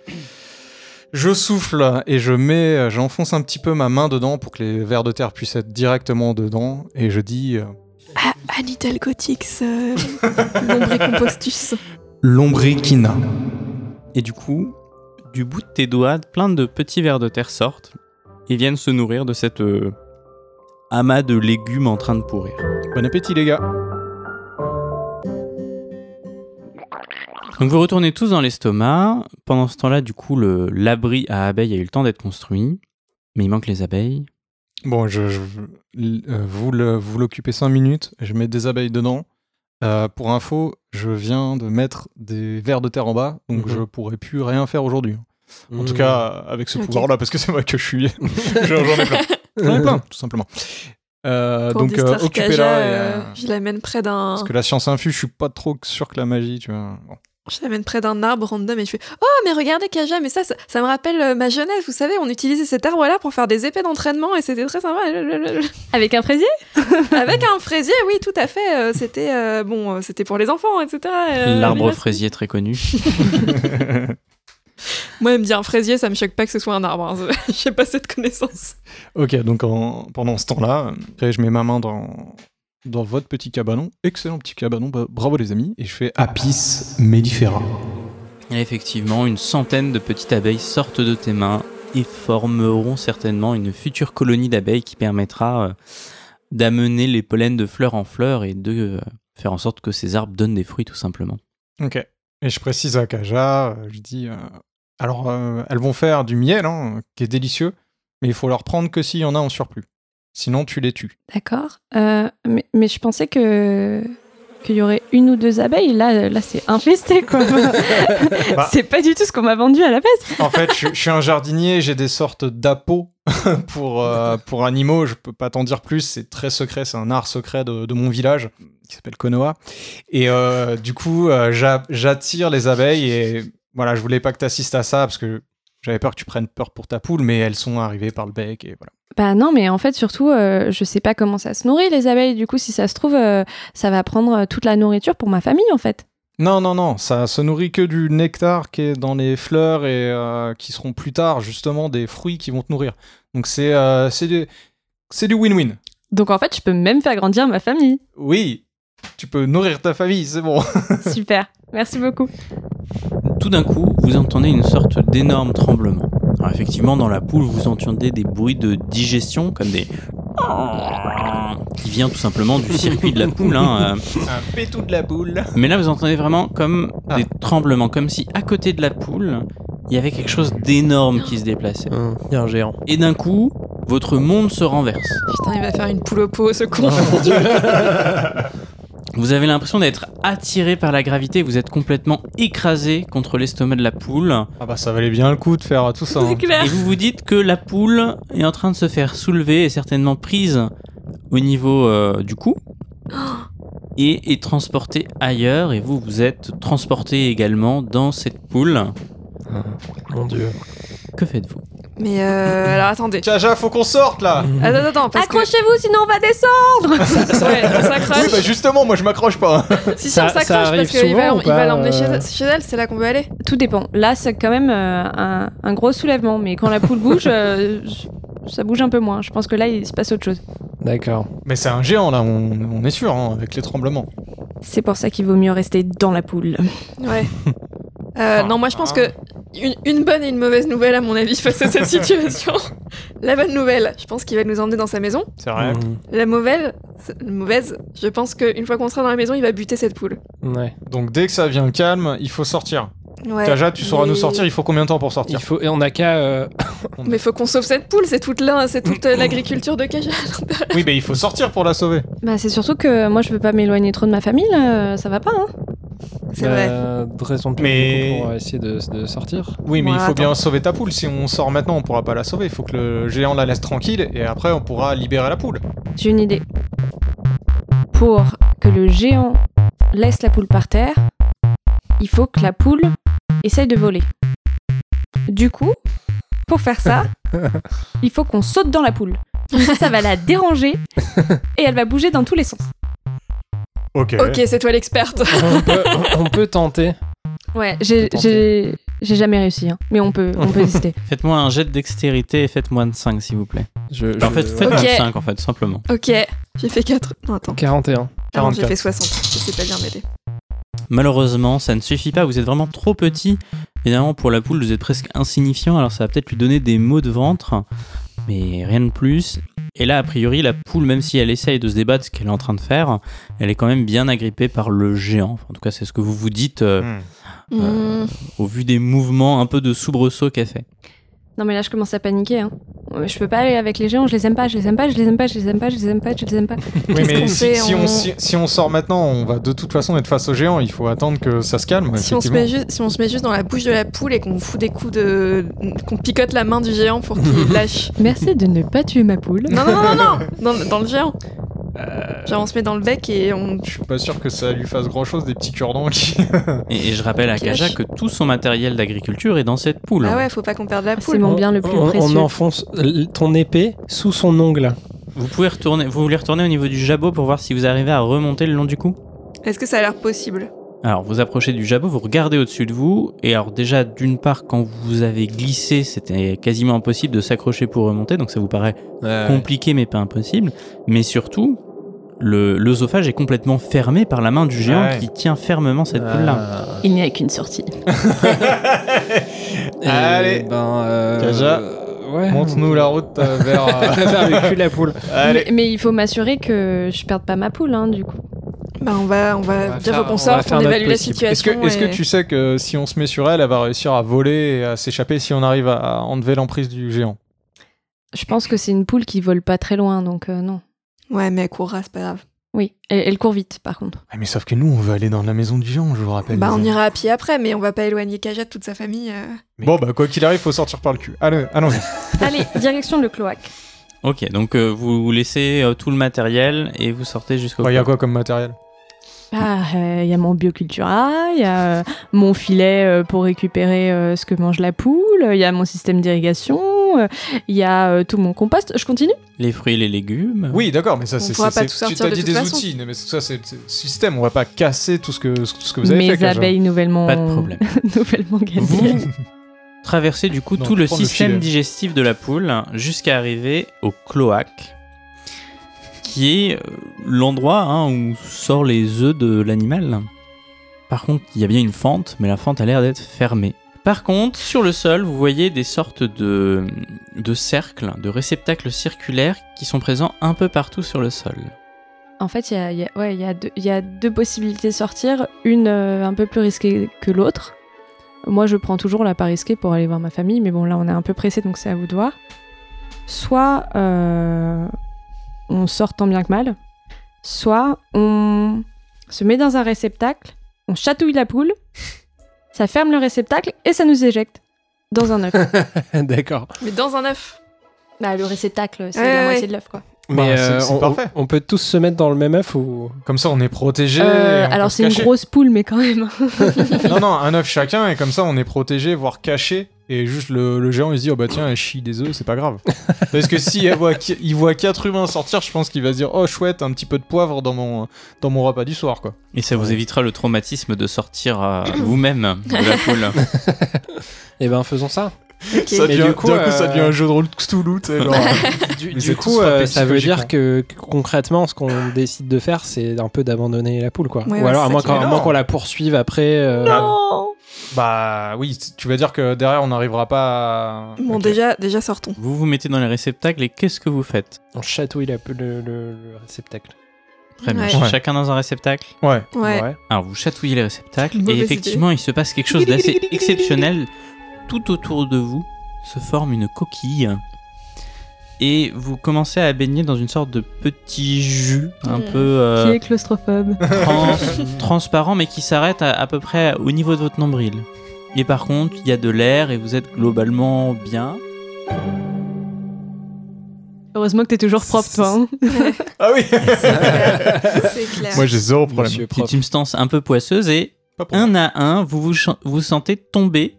S1: Je souffle et je mets, euh, j'enfonce un petit peu ma main dedans pour que les vers de terre puissent être directement dedans. Et je dis euh,
S4: Ah, Anne Hidalgo Tix, euh, lombricompostus.
S1: lombricina.
S2: Et du coup, du bout de tes doigts, plein de petits vers de terre sortent et viennent se nourrir de cette euh, amas de légumes en train de pourrir.
S1: Bon appétit les gars.
S2: Donc vous retournez tous dans l'estomac. Pendant ce temps-là, du coup, le- l'abri à abeilles a eu le temps d'être construit, mais il manque les abeilles.
S1: Bon, je, je- l- euh, vous le- vous l'occupez 5 minutes, je mets des abeilles dedans. Euh, pour info, je viens de mettre des vers de terre en bas, donc
S5: Mhm.
S1: je pourrais plus rien faire aujourd'hui. En tout cas, euh, avec ce
S4: Mmh. Ok.
S5: Mmh.
S1: pouvoir-là, parce que c'est moi que je suis. J'en j'en ai plein. J'en ai plein, tout simplement. Euh,
S4: Pour
S1: donc,
S4: des
S1: euh,
S4: Starkaja,
S1: occupez-la. et,
S4: euh,
S1: euh,
S4: Je l'amène près d'un.
S1: Parce que la science infuse, je suis pas trop sûr que la magie, tu vois. Bon.
S4: Je l'amène près d'un arbre random et je fais Oh, mais regardez Kaja, mais ça, ça, ça me rappelle euh, ma jeunesse. Vous savez, on utilisait cet arbre-là pour faire des épées d'entraînement et c'était très sympa.
S7: Avec un fraisier
S4: Avec un fraisier, oui, tout à fait. euh, c'était euh, bon, euh, c'était pour les enfants, etc. euh,
S2: L'arbre
S4: mais là,
S2: fraisier très connu.
S4: Moi, elle me dit un fraisier, ça me choque pas que ce soit un arbre. hein. J'ai pas cette connaissance.
S1: Ok, donc en- pendant ce temps-là, euh, après, je mets ma main dans, dans votre petit cabanon. Excellent petit cabanon, bah, bravo les amis. Et je fais Apis mellifera.
S2: Et effectivement, une centaine de petites abeilles sortent de tes mains et formeront certainement une future colonie d'abeilles qui permettra euh, d'amener les pollens de fleur en fleur et de euh, faire en sorte que ces arbres donnent des fruits tout simplement.
S1: Ok. Et je précise à Kaja, euh, je dis euh, alors, euh, elles vont faire du miel, hein, qui est délicieux, mais il faut leur prendre que s'il y en a en surplus. Sinon, tu les tues.
S7: D'accord. Euh, mais, mais je pensais que qu'il y aurait une ou deux abeilles. Là, là c'est infesté, quoi.
S1: Bah.
S7: c'est pas du tout ce qu'on m'a vendu à la base.
S1: En fait, je, je suis un jardinier, j'ai des sortes d'appos pour, euh, pour animaux. Je peux pas t'en dire plus, c'est très secret, c'est un art secret de, de mon village qui s'appelle Konoha. Et euh, du coup, euh, j'a- j'attire les abeilles et voilà, je voulais pas que t'assistes à ça parce que j'avais peur que tu prennes peur pour ta poule, mais elles sont arrivées par le bec et voilà.
S7: Bah non, mais en fait, surtout, euh, je sais pas comment ça se nourrit, les abeilles. Du coup, si ça se trouve, euh, ça va prendre euh, toute la nourriture pour ma famille, en fait.
S1: Non, non, non, ça se nourrit que du nectar qui est dans les fleurs et euh, qui seront plus tard justement des fruits qui vont te nourrir. Donc c'est euh, c'est du- c'est du win-win.
S7: Donc, en fait, je peux même faire grandir ma famille.
S1: Oui, tu peux nourrir ta famille, c'est bon.
S7: Super. Merci beaucoup.
S2: Tout d'un coup, vous entendez une sorte d'énorme tremblement. Alors effectivement, dans la poule, vous entendez des bruits de digestion, comme des... qui vient tout simplement du circuit de la poule. hein, euh.
S1: Un pétou de la boule.
S2: Mais là, vous entendez vraiment comme
S1: Ah.
S2: des tremblements, comme si à côté de la poule, il y avait quelque chose d'énorme qui se déplaçait.
S5: Il y a un Mmh. géant.
S2: Et d'un coup, votre monde se renverse.
S4: Putain, il va faire une poule au pot, ce con.
S2: Vous avez l'impression d'être attiré par la gravité, vous êtes complètement écrasé contre l'estomac de la poule.
S1: Ah bah ça valait bien le coup de faire tout ça.
S4: C'est
S1: hein.
S4: clair.
S2: Et vous vous dites que la poule est en train de se faire soulever et certainement prise au niveau euh, du cou et est transportée ailleurs et vous vous êtes transporté également dans cette poule.
S5: Mon dieu.
S2: Que faites-vous
S4: Mais euh, alors attendez.
S1: Kaja, faut qu'on sorte là
S5: Mmh.
S4: Attends, attends, parce que.
S7: Accrochez-vous, sinon on va descendre.
S4: Ouais, on
S1: Oui, bah
S4: s'accroche.
S1: justement, moi je m'accroche pas. hein.
S4: Si, si,
S5: Ça-
S4: on
S5: ça
S4: s'accroche
S5: arrive
S4: parce qu'il va
S5: souvent ou
S4: il va
S5: pas,
S4: l'emmener
S5: euh
S4: chez- chez elle, c'est là qu'on veut aller.
S7: Tout dépend. Là, c'est quand même euh, un, un gros soulèvement. Mais quand la poule bouge, euh, ça bouge un peu moins. Je pense que là, il se passe autre chose.
S5: D'accord.
S1: Mais c'est un géant là, on, on est sûr, hein, avec les tremblements.
S7: C'est pour ça qu'il vaut mieux rester dans la poule.
S4: Ouais. Euh, non, moi je pense
S1: Ah,
S4: que une, une bonne et une mauvaise nouvelle à mon avis face à cette situation. La bonne nouvelle, je pense qu'il va nous emmener dans sa maison.
S1: C'est vrai.
S5: Mmh.
S4: La mauvaise, la mauvaise, je pense qu'une fois qu'on sera dans la maison, il va buter cette poule.
S5: Mhm. Ouais.
S1: Donc dès que ça vient calme, il faut sortir.
S4: Ouais.
S1: Kaja, tu sauras
S4: mais-
S1: nous sortir, il faut combien de temps pour sortir
S5: Il faut, et on a qu'à. euh,
S4: Mais faut qu'on sauve cette poule, c'est toute là, c'est toute euh, l'agriculture de Kaja.
S1: Oui, mais il faut sortir pour la sauver.
S7: Bah, c'est surtout que moi, je veux pas m'éloigner trop de ma famille. Là. Ça va pas, hein
S4: C'est vrai.
S5: euh, de raison de plus
S1: Mais-
S5: du coup, pour essayer de, de sortir.
S1: Oui, mais
S4: Ouais,
S1: il faut
S4: attends.
S1: bien sauver ta poule. Si on sort maintenant, on pourra pas la sauver. Il faut que le géant la laisse tranquille et après on pourra libérer la poule.
S7: J'ai une idée. Pour que le géant laisse la poule par terre, il faut que la poule essaye de voler. Du coup, pour faire ça, il faut qu'on saute dans la poule. Comme Ça, ça va la déranger et elle va bouger dans tous les sens.
S4: Ok, c'est toi l'experte.
S5: on, peut, on peut tenter.
S7: Ouais, j'ai
S5: Faut tenter.
S7: j'ai- j'ai jamais réussi, hein. mais on peut, on peut hésiter.
S2: Faites-moi un jet de dextérité et faites moins de 5 s'il vous plaît.
S5: Je,
S2: Enfin, Bah, en
S5: je-
S2: fait, faites
S5: ouais.
S2: moins de
S4: Ok.
S2: 5 en fait, simplement.
S4: ok, j'ai fait 4. Non, attends.
S5: 41.
S4: Ah non, j'ai
S1: 44.
S4: fait 60. Je sais pas bien m'aider.
S2: Malheureusement, ça ne suffit pas, vous êtes vraiment trop petit. Évidemment, pour la poule, vous êtes presque insignifiant, alors ça va peut-être lui donner des maux de ventre, mais rien de plus. Et là, a priori, la poule, même si elle essaye de se débattre, ce qu'elle est en train de faire, elle est quand même bien agrippée par le géant. Enfin, en tout cas, c'est ce que vous vous dites euh,
S1: Hmm.
S4: Hmm,
S2: au vu des mouvements un peu de soubresaut qu'elle fait.
S7: Non, mais là, je commence à paniquer. hein. euh, je peux pas aller avec les géants, je les aime pas, je les aime pas, je les aime pas, je les aime pas, je les aime pas, je les aime pas.
S1: Oui,
S7: Qu'est-ce
S1: mais
S7: qu'on
S1: si,
S7: fait
S1: si on...
S7: On-
S1: si- si on sort maintenant, on va de toute façon être face aux géants. Il faut attendre que ça se calme.
S4: Si on, se
S1: effectivement.
S4: met juste, si on se met juste dans la bouche de la poule et qu'on fout des coups de. qu'on picote la main du géant pour qu'il lâche.
S7: Merci de ne pas tuer ma poule.
S4: Non, non, non, non, non dans, dans le géant. Genre, on se met dans le bec et on.
S1: Je suis pas sûr que ça lui fasse grand chose des petits cure-dents qui.
S2: Et, et je rappelle à
S4: Ok.
S2: Kaja que tout son matériel d'agriculture est dans cette poule.
S4: Ah ouais, faut pas qu'on perde la
S7: C'est
S4: poule.
S7: mon bien le plus
S5: on, on
S7: précieux.
S5: enfonce l- ton épée sous son ongle.
S2: Vous pouvez retourner, vous voulez retourner au niveau du jabot pour voir si vous arrivez à remonter le long du cou
S4: Est-ce que ça a l'air possible
S2: Alors vous approchez du jabot, vous regardez au-dessus de vous, et alors déjà d'une part quand vous avez glissé, c'était quasiment impossible de s'accrocher pour remonter, donc ça vous paraît compliqué mais pas impossible. Mais surtout, le- l'œsophage est complètement fermé par la main du géant
S1: Ouais. Euh.
S2: qui tient fermement cette poule-là.
S7: Il n'y a qu'une sortie.
S5: Et
S1: Allez.
S5: ben, euh,
S1: Kaja,
S5: euh, ouais.
S1: Montre-nous la route euh, vers. euh,
S5: Vers le cul, la poule.
S1: Allez.
S7: Mais, mais il faut m'assurer que je perde pas ma poule, hein, du coup.
S4: Bah, on va, on
S1: On va
S4: va dire
S1: faire- on
S4: qu'on
S5: va
S4: sort,
S5: faire
S4: on
S5: notre
S4: évalue la
S5: possible.
S4: situation.
S1: Est-ce que, est-ce que
S4: et-
S1: tu sais que si on se met sur elle, elle va réussir à voler et à s'échapper si on arrive à à enlever l'emprise du géant
S7: Je pense que c'est une poule qui vole pas très loin, donc euh, non.
S4: Ouais, mais elle courra, c'est pas grave.
S7: Oui, elle, elle court vite, par contre.
S1: Ah, Mais sauf que nous, on va aller dans la maison du géant, je vous rappelle.
S4: Bah,
S1: les
S4: on
S1: amis.
S4: ira à pied après, mais on va pas éloigner Kaja de toute sa famille. euh.
S1: Bon, bah, quoi qu'il arrive, faut sortir par le cul. Allez, allons-y.
S7: Allez, direction le cloaque.
S2: Ok, donc euh, vous laissez euh, tout le matériel et vous sortez jusqu'au...
S1: Oh, Il y a quoi comme matériel
S7: Ah, il y a mon biocultura, il y a euh, mon filet euh, pour récupérer euh, ce que mange la poule, il y a mon système d'irrigation, il y a euh, tout mon compost. Je continue
S2: Les fruits, les légumes.
S1: Oui, d'accord, mais ça,
S4: On
S1: c'est.
S4: pourra
S1: c'est-
S4: pas
S1: c'est-
S4: tout
S1: Tu
S4: sortir
S1: t'as
S4: de
S1: dit
S4: toute
S1: des
S4: façon.
S1: outils, mais ça, c'est c'est- système. On va pas casser tout ce que, tout ce que vous avez
S7: Mes
S1: fait, Kaja.
S7: abeilles nouvellement,
S2: Pas de problème.
S7: nouvellement gagnées.
S2: Vous traversez du coup
S1: Non,
S2: tout le
S1: prends le
S2: système
S1: filet.
S2: digestif de la poule hein, jusqu'à arriver au cloaque, qui est euh, l'endroit hein, où sort les œufs de l'animal. Par contre, il y a bien une fente, mais la fente a l'air d'être fermée. Par contre, sur le sol, vous voyez des sortes de, de cercles, de réceptacles circulaires qui sont présents un peu partout sur le sol.
S7: En fait, il y a, il y a- ouais, il y a deux- il y a deux possibilités de sortir, une euh, un peu plus risquée que l'autre. Moi, je prends toujours la pas risquée pour aller voir ma famille, mais bon, là, on est un peu pressé, donc c'est à vous de voir. Soit euh, on sort tant bien que mal, soit on se met dans un réceptacle, on chatouille la poule, ça ferme le réceptacle et ça nous éjecte dans un œuf.
S5: D'accord.
S4: Mais dans un œuf.
S7: bah, le réceptacle, c'est
S4: Ouais,
S7: la
S4: ouais.
S7: moitié de l'œuf, quoi.
S5: Mais
S1: Bah, c'est-
S5: euh,
S1: c'est
S5: on,
S1: parfait.
S5: on peut tous se mettre dans le même œuf ou.
S1: Comme ça, on est protégé.
S7: Euh,
S1: on peut
S7: alors,
S1: se
S7: c'est une
S1: cacher.
S7: grosse poule, mais quand même. hein,
S1: Non, non, un œuf chacun, et comme ça, on est protégé, voire caché. Et juste le, le géant, il se dit, oh bah tiens, elle chie des œufs, c'est pas grave. Parce que si elle voit, qui- il voit quatre humains sortir, je pense qu'il va se dire, oh chouette, un petit peu de poivre dans mon, dans mon repas du soir, quoi.
S2: Et ça vous
S5: Ouais.
S2: évitera le traumatisme de sortir euh, vous-même de la poule.
S5: Eh ben, faisons ça.
S4: Ok.
S1: Ça
S5: Mais
S1: devient,
S5: du coup,
S1: d'un coup, ça devient
S5: euh,
S1: un jeu de rôle Cthulhu, tu sais, genre.
S5: Du,
S1: Ils
S5: du
S1: étaient tous
S5: coup,
S1: frappés
S5: euh, ça veut dire
S1: psychologiquement.
S5: que que concrètement, ce qu'on décide de faire, c'est un peu d'abandonner la poule, quoi.
S4: Ouais,
S5: Ou
S4: ouais,
S5: alors,
S4: c'est
S5: à moins
S4: ça
S1: est
S4: qui
S5: qu'on à
S1: énorme.
S5: moins qu'on la poursuive après. euh,
S1: bah oui, tu vas dire que derrière, on n'arrivera pas à...
S4: Bon,
S1: Ok.
S4: déjà, déjà sortons.
S2: vous vous mettez dans les réceptacles et qu'est-ce que vous faites
S5: On chatouille la, poule- le, le- le réceptacle.
S2: Très bien.
S4: Ouais.
S1: Ouais.
S2: Chacun dans un réceptacle
S1: Ouais.
S4: Ouais.
S2: Alors vous chatouillez les réceptacles et
S4: Mauvaise
S2: effectivement il se passe quelque chose d'assez exceptionnel. Tout autour de vous se forme une coquille et vous commencez à baigner dans une sorte de petit jus un
S4: Mm.
S2: peu euh,
S7: Mmh. Qui est claustrophobe
S2: trans- transparent mais qui s'arrête à, à peu près au niveau de votre nombril. Et par contre il y a de l'air et vous êtes globalement bien.
S7: Heureusement que t'es toujours propre, toi. hein.
S1: Ah oui
S4: C'est clair. C'est clair.
S1: Moi, j'ai zéro problème.
S5: Monsieur
S2: C'est
S5: propre.
S2: une substance un peu poisseuse et
S1: Pas pour moi.
S2: un à un, vous vous, ch- vous sentez tomber.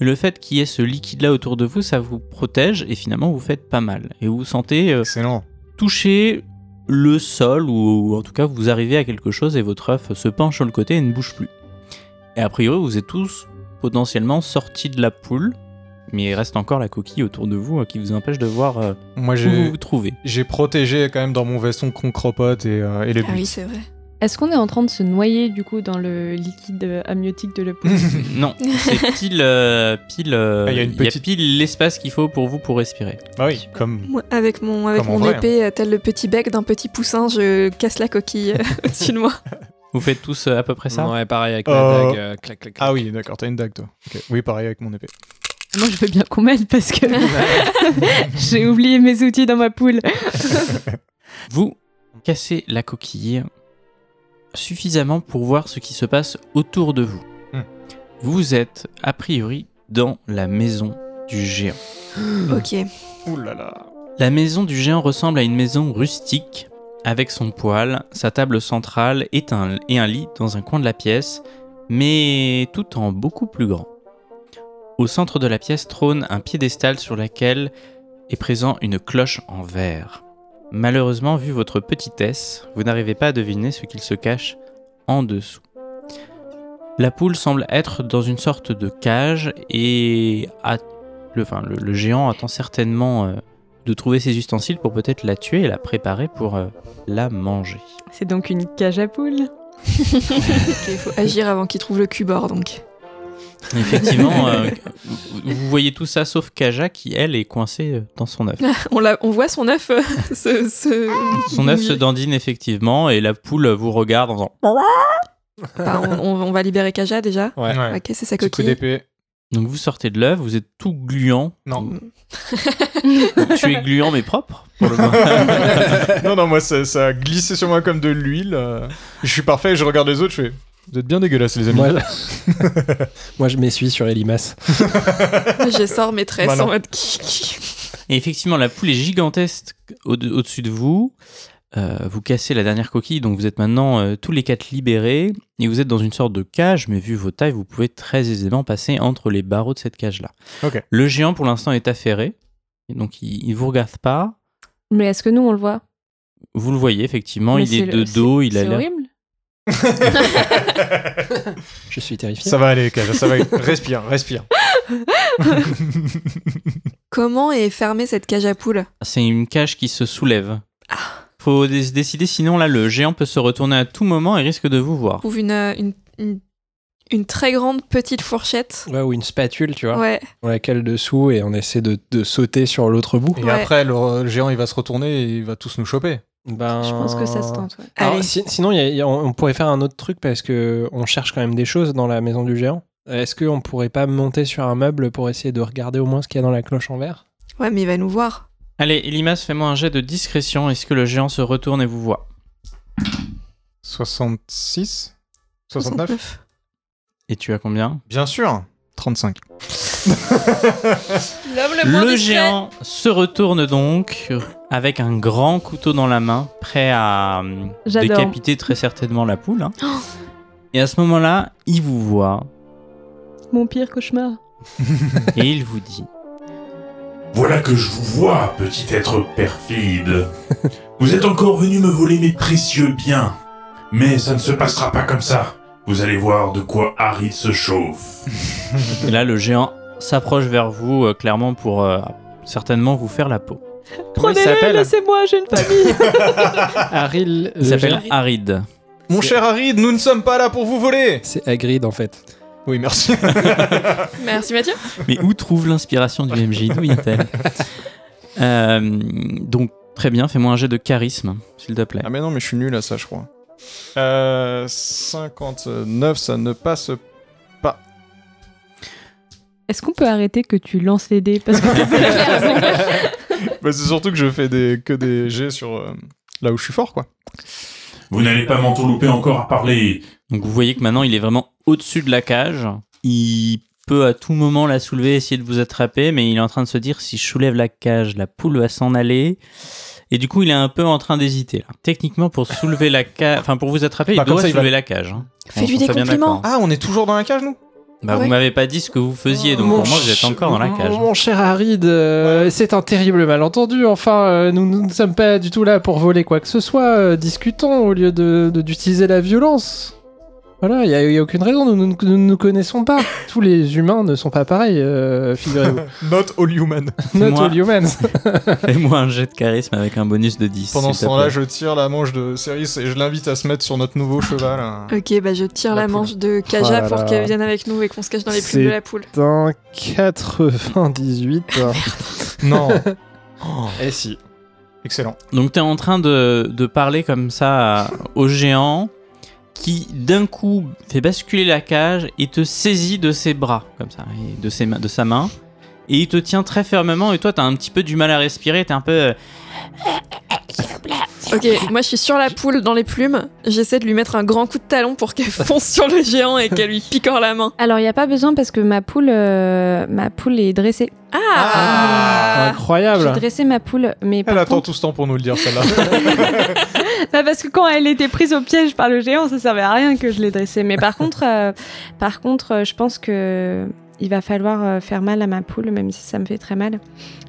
S2: Le fait qu'il y ait ce liquide-là autour de vous, ça vous protège et finalement vous faites pas mal. Et vous vous sentez euh,
S1: Excellent.
S2: toucher le sol ou, ou en tout cas vous arrivez à quelque chose et votre œuf se penche sur le côté et ne bouge plus. Et a priori, vous êtes tous potentiellement sortis de la poule, mais il reste encore la coquille autour de vous euh, qui vous empêche de voir euh,
S1: Moi,
S2: où vous
S1: j'ai...
S2: vous trouvez.
S1: J'ai protégé quand même dans mon veston concropote et, euh, et les
S4: Ah oui,
S1: buts.
S4: c'est vrai.
S7: Est-ce qu'on est en train de se noyer du coup dans le liquide euh, amniotique de la poule
S2: non, c'est pile, euh, pile, euh,
S1: Ah, il y a une
S2: il y a
S1: petite-
S2: pile l'espace qu'il faut pour vous pour respirer.
S1: Bah oui, comme
S4: Moi, avec mon, avec
S1: Comme en
S4: mon
S1: vrai, hein.
S4: épée, euh, tel le petit bec d'un petit poussin, je casse la coquille euh, au-dessus de moi.
S2: Vous faites tous euh, à peu près ça
S5: Ouais, pareil avec
S1: Euh,
S5: la dague. euh, clac, clac, clac.
S1: Ah oui, d'accord, t'as une dague toi. Ok. Oui, pareil avec mon épée.
S7: Moi, je veux bien qu'on m'aide parce que j'ai oublié mes outils dans ma poule.
S2: Vous cassez la coquille suffisamment pour voir ce qui se passe autour de vous.
S1: Hmm.
S2: Vous êtes, a priori, dans la maison du géant.
S1: Hmm.
S4: Ok.
S1: Ouh là là.
S2: La maison du géant ressemble à une maison rustique, avec son poêle, sa table centrale et un, et un lit dans un coin de la pièce, mais tout en beaucoup plus grand. Au centre de la pièce trône un piédestal sur laquelle est présent une cloche en verre. Malheureusement, vu votre petitesse, vous n'arrivez pas à deviner ce qu'il se cache en dessous. La poule semble être dans une sorte de cage et a- le, enfin, le- le géant attend certainement euh, de trouver ses ustensiles pour peut-être la tuer et la préparer pour euh, la manger.
S7: C'est donc une cage à poules.
S4: Il faut agir avant qu'il trouve le cubord, donc.
S2: Effectivement, euh, vous- vous voyez tout ça sauf Kaja qui, elle, est coincée euh, dans son œuf.
S4: On, la- on voit son œuf euh, se, se-
S2: Son œuf se dandine effectivement et la poule vous regarde en disant
S4: Enfin, Bah, on, on- on va libérer Kaja déjà.
S5: Ouais.
S4: Ok, c'est sa
S1: Ah. Petit coup
S4: coquille.
S1: d'épée.
S2: Donc vous sortez de l'œuf, vous êtes tout gluant.
S1: Non.
S2: tu es gluant mais propre pour le moment.
S1: non, non, moi, ça, ça a glissé sur moi comme de l'huile. euh. Je suis parfait, je regarde les autres, je fais. Vous êtes bien dégueulasses, les amis.
S5: Moi, je- Moi, je m'essuie sur Elimas.
S4: Je sors maîtresse
S1: Voilà.
S4: en mode. qui- qui-
S2: Et effectivement, la poule est gigantesque au- au-dessus de vous. Euh, vous cassez la dernière coquille, donc vous êtes maintenant euh, tous les quatre libérés et vous êtes dans une sorte de cage, mais vu vos tailles, vous pouvez très aisément passer entre les barreaux de cette cage-là.
S1: Ok.
S2: Le géant pour l'instant est affairé, et donc il, il vous regarde pas.
S7: Mais est-ce que nous, on le voit
S2: Vous le voyez effectivement,
S7: Mais
S2: il est,
S7: c'est
S2: de
S7: le-
S2: dos, il a
S7: C'est
S2: l'air.
S7: horrible.
S5: Je suis terrifié.
S1: Ça va aller, Kaja, ça va aller. Respire, respire.
S4: Comment est fermée cette cage à poules
S2: C'est une cage qui se soulève.
S7: Ah.
S2: Faut dé- se décider, sinon là le géant peut se retourner à tout moment et risque de vous voir.
S4: trouve une, euh, une, une, une très grande petite fourchette.
S5: Ouais, ou une spatule, tu vois,
S4: Ouais,
S5: on la cale dessous et on essaie de, de sauter sur l'autre bout.
S1: Et
S4: Ouais.
S1: après, le, le géant, il va se retourner et il va tous nous choper.
S5: Ben...
S7: Je pense que ça se tente. ouais.
S5: Alors,
S4: allez.
S5: si- sinon, il y a- il y a- on pourrait faire un autre truc parce que on cherche quand même des choses dans la maison du géant. Est-ce qu'on pourrait pas monter sur un meuble pour essayer de regarder au moins ce qu'il y a dans la cloche en verre
S4: Ouais, mais il va nous voir.
S2: Allez, Elimas, fais-moi un jet de discrétion. Est-ce que le géant se retourne et vous voit
S1: 66 69
S2: Et tu as combien
S1: Bien sûr 35.
S4: L'homme le
S2: Le géant se retourne donc avec un grand couteau dans la main, prêt à euh,
S7: J'adore.
S2: décapiter très certainement la poule. hein. Et à ce moment-là, il vous voit
S7: Mon pire cauchemar.
S2: et il vous dit
S3: Voilà que je vous vois, petit être perfide. Vous êtes encore venu me voler mes précieux biens. Mais ça ne se passera pas comme ça. Vous allez voir de quoi Harry se chauffe.
S2: Et là, le géant s'approche vers vous, euh, clairement pour euh, certainement vous faire la peau.
S5: Comment il s'appelle
S7: laissez-moi, j'ai une famille.
S5: Haril.
S2: Il s'appelle Aride.
S1: Mon
S5: C'est-
S1: cher Harry, nous ne sommes pas là pour vous voler
S5: C'est Hagrid en fait.
S1: Oui, merci.
S4: Merci Mathieu.
S2: Mais où trouve l'inspiration du MJ D'où vient-elle Euh, Donc, très bien, fais-moi un jet de charisme, s'il te plaît.
S1: ah, mais non, mais je suis nul à ça, je crois. Euh, 59, ça ne passe
S7: Est-ce qu'on peut arrêter que tu lances les dés Parce que
S1: Bah, c'est surtout que je fais des, que des jets sur euh, là où je suis fort, quoi.
S3: Vous n'allez pas m'entourlouper encore à parler.
S2: Donc, vous voyez que maintenant, il est vraiment au-dessus de la cage. Il peut à tout moment la soulever, essayer de vous attraper, mais il est en train de se dire si je soulève la cage, la poule va s'en aller. Et du coup, il est un peu en train d'hésiter. là. Techniquement, pour soulever la cage, enfin pour vous attraper,
S1: Bah,
S2: il
S1: comme
S2: doit
S1: ça, il va-
S2: soulever la cage. hein.
S4: Fais-lui
S2: On- on
S4: des
S2: soit bien
S4: compliments. Ah
S2: d'accord. hein.
S1: Ah, on est toujours dans la cage, nous
S2: Bah,
S4: Ouais.
S2: Vous m'avez pas dit ce que vous faisiez, donc
S5: Mon
S2: pour moi, vous êtes
S5: ch-
S2: encore dans la cage. hein.
S5: Mon cher Harid, euh, c'est un terrible malentendu. Enfin, euh, nous nous ne sommes pas du tout là pour voler quoi que ce soit. Euh, discutons au lieu de- de- d'utiliser la violence. Voilà, il n'y a, y a aucune raison, nous ne nous, nous connaissons pas. Tous les humains ne sont pas pareils, euh, figurez-vous.
S1: Not all human.
S5: Not
S2: Moi.
S5: all humans.
S2: Fais-moi un jet de charisme avec un bonus de 10.
S1: Pendant
S2: s'il
S1: ce
S2: te
S1: temps-là,
S2: plaît.
S1: je tire la manche de Ceris et je l'invite à se mettre sur notre nouveau cheval. hein.
S4: Ok, bah je tire
S1: La
S4: la,
S1: poule.
S4: manche de Kaja
S5: Oh là là.
S4: pour qu'elle vienne avec nous et qu'on se cache dans les
S5: C'est-
S4: plumes de la poule.
S5: Putain, 98.
S1: Non. Oh,
S5: Et si.
S1: excellent.
S2: Donc, tu es en train de, de parler comme ça à- au géant qui, d'un coup, fait basculer la cage et te saisit de ses bras, comme ça, et de, ses mains- de sa main. et il te tient très fermement et toi t'as un petit peu du mal à respirer, t'es un peu... euh,
S4: Ok, moi je suis sur la poule dans les plumes. J'essaie de lui mettre un grand coup de talon pour qu'elle fonce sur le géant et qu'elle lui picore la main.
S7: Alors, il n'y a pas besoin parce que ma poule, euh, ma poule est dressée.
S4: Ah,
S7: J'ai
S5: Incroyable.
S7: dressé ma poule, mais par
S1: Elle attend
S7: contre-
S1: tout ce temps pour nous le dire, celle-là.
S7: Bah, parce que quand elle était prise au piège par le géant, ça servait à rien que je l'ai dressée. Mais par contre, euh, par contre, euh, je pense que il va falloir euh, faire mal à ma poule, même si ça me fait très mal.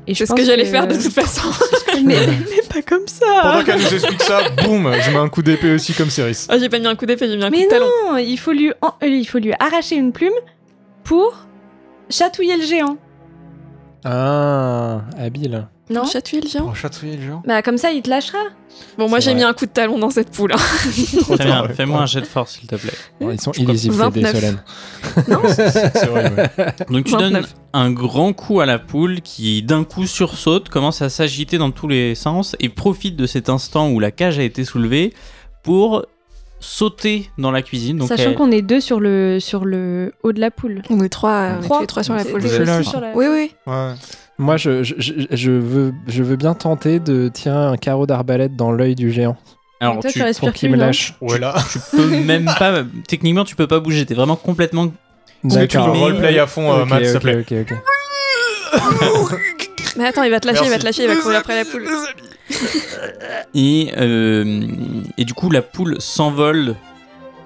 S7: Et je
S4: C'est ce
S7: pense
S4: que j'allais faire de toute façon.
S7: mais, mais pas comme
S1: Pendant
S7: ça.
S1: qu'elle nous explique ça, boum, je mets un coup d'épée aussi comme Céris.
S4: Ah, j'ai pas mis un coup d'épée, j'ai mis un
S7: Mais
S4: coup de talon.
S7: non, il faut lui, en- euh, il faut lui arracher une plume pour chatouiller le géant.
S5: Ah, habile.
S7: Non.
S4: Chatouiller le géant.
S1: chatouiller le genre.
S7: Bah comme ça, il te lâchera.
S4: Bon, moi
S5: C'est
S4: j'ai
S5: vrai.
S4: mis un coup de talon dans cette poule. hein.
S2: euh, Très bien,
S1: ouais.
S2: fais-moi un jet de force s'il te plaît.
S5: Bon, ils sont illisibles, c'est
S4: 29.
S5: désolant.
S1: C'est vrai, ouais.
S2: Donc tu
S4: 29.
S2: donnes un grand coup à la poule qui d'un coup sursaute, commence à s'agiter dans tous les sens et profite de cet instant où la cage a été soulevée pour sauter dans la cuisine. Donc
S7: Sachant
S2: elle-
S7: qu'on est deux sur le sur le haut de la poule.
S4: On est trois, euh, on est
S7: Trois.
S4: tous les trois sur la
S7: Vous
S4: poule.
S7: êtes
S1: Vous
S7: tous
S1: êtes là
S7: sur
S1: aussi.
S7: la-
S4: Oui, oui.
S1: Ouais.
S5: Moi, je, je, je- je veux, je veux bien tenter de tirer un carreau d'arbalète dans l'œil du géant
S2: Alors
S7: toi,
S2: tu,
S7: tu restes-
S5: pour
S7: Respire
S5: qu'il
S7: plus,
S5: me
S7: non
S5: lâche.
S1: Ouais, là.
S2: tu peux même pas... Techniquement tu peux pas bouger, t'es vraiment complètement...
S1: Est-ce que tu le
S5: D'accord.
S2: Mais-
S1: roleplay à fond, euh,
S5: Ok,
S1: Matt, s'il te
S5: ok,
S1: plaît
S5: ok, ok.
S4: Mais attends, il va te lâcher, il va
S1: Merci.
S4: te lâcher, il va courir après la poule.
S2: Et, euh, et du coup la poule s'envole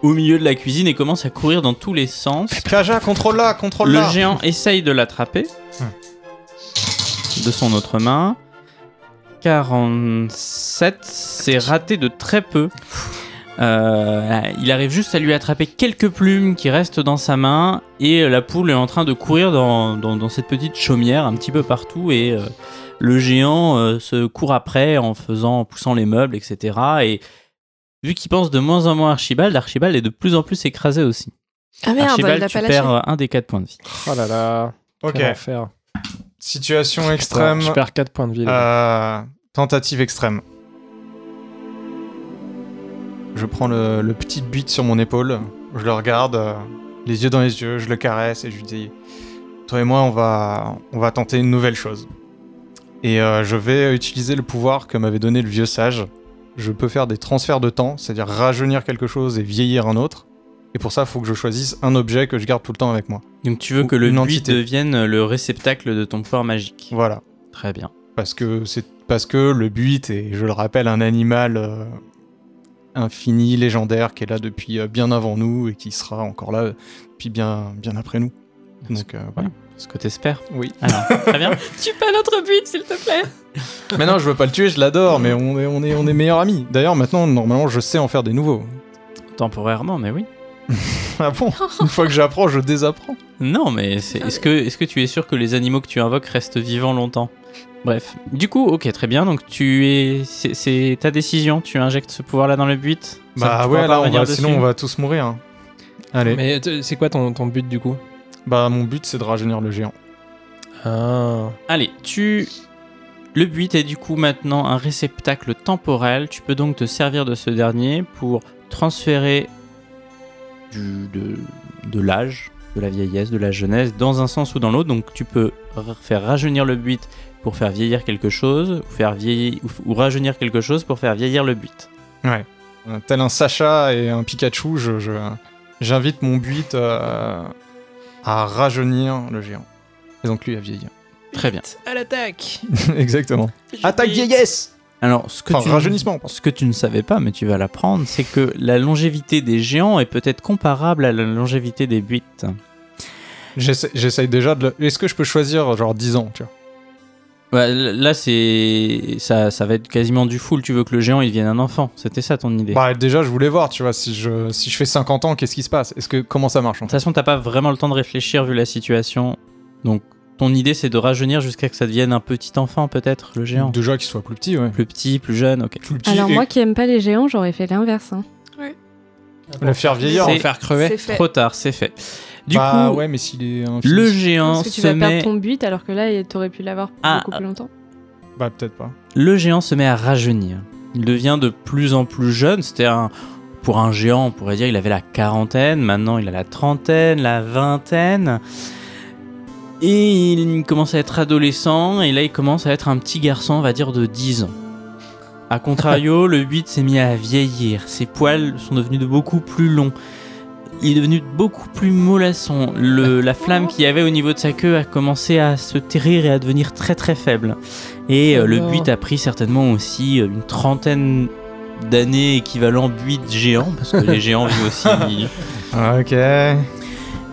S2: au milieu de la cuisine et commence à courir dans tous les sens.
S1: Kaja, contrôle-la, contrôle-la.
S2: Le géant essaye de l'attraper
S1: Hmm.
S4: Hmm.
S2: de son autre main. 47, c'est raté de très peu. Euh, il arrive juste à lui attraper quelques plumes qui restent dans sa main et la poule est en train de courir dans, dans- dans cette petite chaumière un petit peu partout et euh, le géant euh, se court après en faisant en poussant les meubles etc et vu qu'il pense de moins en moins à Archibald Archibald est de plus en plus écrasé aussi
S4: Ah merde, il
S2: Archibald
S4: l'a
S2: tu
S4: pas lâché.
S2: perds euh, un des quatre points de vie
S5: Oh là là.
S1: Ok,
S5: Quel enfer.
S1: situation extrême,
S5: Je perds 4 points de vie. là.
S1: euh, tentative extrême. Je prends le, le petit beat sur mon épaule, je le regarde, euh, les yeux dans les yeux, je le caresse et je lui dis Toi et moi, on va, on va tenter une nouvelle chose. Et euh, je vais utiliser le pouvoir que m'avait donné le vieux sage. Je peux faire des transferts de temps, c'est-à-dire rajeunir quelque chose et vieillir un autre. Et pour ça, il faut que je choisisse un objet que je garde tout le temps avec moi.
S2: Donc tu veux
S1: Ou
S2: que le
S1: une
S2: buis
S1: entité.
S2: devienne le réceptacle de ton pouvoir magique.
S1: Voilà.
S2: Très bien.
S1: parce que c'est parce que le but est, je le rappelle, un animal euh, infini, légendaire, qui est là depuis euh, bien avant nous et qui sera encore là euh, depuis bien bien après nous. Donc euh, voilà.
S2: Ce que t'espères.
S1: Oui.
S2: Alors, très bien.
S4: Tue pas notre but, s'il te plaît.
S1: Mais non, je veux pas le tuer, je l'adore, mais on est on est on est meilleurs amis. D'ailleurs, maintenant, normalement, je sais en faire des nouveaux.
S2: Temporairement, mais oui.
S1: Ah bon Une fois que j'apprends, je désapprends.
S2: Non, mais c'est- est-ce que, est que tu es sûr que les animaux que tu invoques restent vivants longtemps Bref. Du coup, ok, très bien. Donc tu es, c'est- c'est ta décision. Tu injectes ce pouvoir-là dans le buit. Ça,
S1: Bah
S2: tu pourras
S1: ouais,
S2: pas
S1: là, on
S2: revenir
S1: va,
S2: dessus.
S1: sinon on va tous mourir. hein. Allez.
S5: Mais t- c'est quoi ton, ton but du coup
S1: Bah mon but, c'est de rajeunir le géant.
S5: Ah.
S2: Allez, tu. Le buit est du coup maintenant un réceptacle temporel. Tu peux donc te servir de ce dernier pour transférer du, de, de l'âge, de la vieillesse, de la jeunesse dans un sens ou dans l'autre. Donc tu peux r- faire rajeunir le buit pour faire vieillir quelque chose, ou, faire vieillir, ou, f- ou rajeunir quelque chose pour faire vieillir le buit.
S1: Euh, tel un Sacha et un Pikachu, je je- j'invite mon buit euh, à rajeunir le géant. Et donc lui à vieillir.
S2: Très bien.
S4: À l'attaque.
S1: Exactement. Attaque Ah, vieillesse
S2: Alors, ce que
S1: Enfin,
S2: tu...
S1: rajeunissement.
S2: Ce que tu ne savais pas, mais tu vas l'apprendre, c'est que la longévité des géants est peut-être comparable à la longévité des buits.
S1: J'essa- J'essaye déjà de... le- Est-ce que je peux choisir genre 10 ans, tu vois
S2: Bah, l- là, c'est ça, ça va être quasiment du full. Tu veux que le géant il devienne un enfant C'était ça ton idée.
S1: Bah déjà, je voulais voir, tu vois, si je, si je fais 50 ans, qu'est-ce qui se passe Est-ce que Comment ça marche en
S2: De toute
S1: fait
S2: façon, t'as pas vraiment le temps de réfléchir vu la situation. Donc, ton idée c'est de rajeunir jusqu'à que ça devienne un petit enfant, peut-être le géant.
S1: Déjà qu'il soit plus petit, ouais.
S2: Plus petit, plus jeune, ok.
S1: Plus petit
S7: Alors
S1: et
S7: moi qui aime pas les géants, j'aurais fait l'inverse. hein.
S1: le faire vieillir.
S2: C'est-
S1: en fait.
S5: Faire crever.
S4: C'est fait.
S2: Trop tard, c'est fait. Du
S1: Bah
S2: coup,
S1: ouais, mais s'il est un
S2: le
S1: fils-
S2: géant
S7: Parce que tu
S2: se
S7: vas
S2: met
S7: perdre ton but alors que là, t'aurais pu l'avoir
S2: Ah,
S7: beaucoup plus longtemps.
S1: Bah peut-être pas.
S2: le géant se met à rajeunir. Il devient de plus en plus jeune. C'était un pour un géant, on pourrait dire il avait la quarantaine, maintenant il a la trentaine, la vingtaine. Et il commence à être adolescent, et là il commence à être un petit garçon, on va dire, de 10 ans. A contrario, le 8 s'est mis à vieillir, ses poils sont devenus de beaucoup plus longs, il est devenu beaucoup plus mollasson, Le- la flamme qu'il y avait au niveau de sa queue a commencé à se terrir et à devenir très très faible. Et euh, le
S5: Oh non.
S2: 8 a pris certainement aussi euh, une trentaine d'années équivalent 8 géants, parce que les géants vivent aussi
S1: Ah, Ok.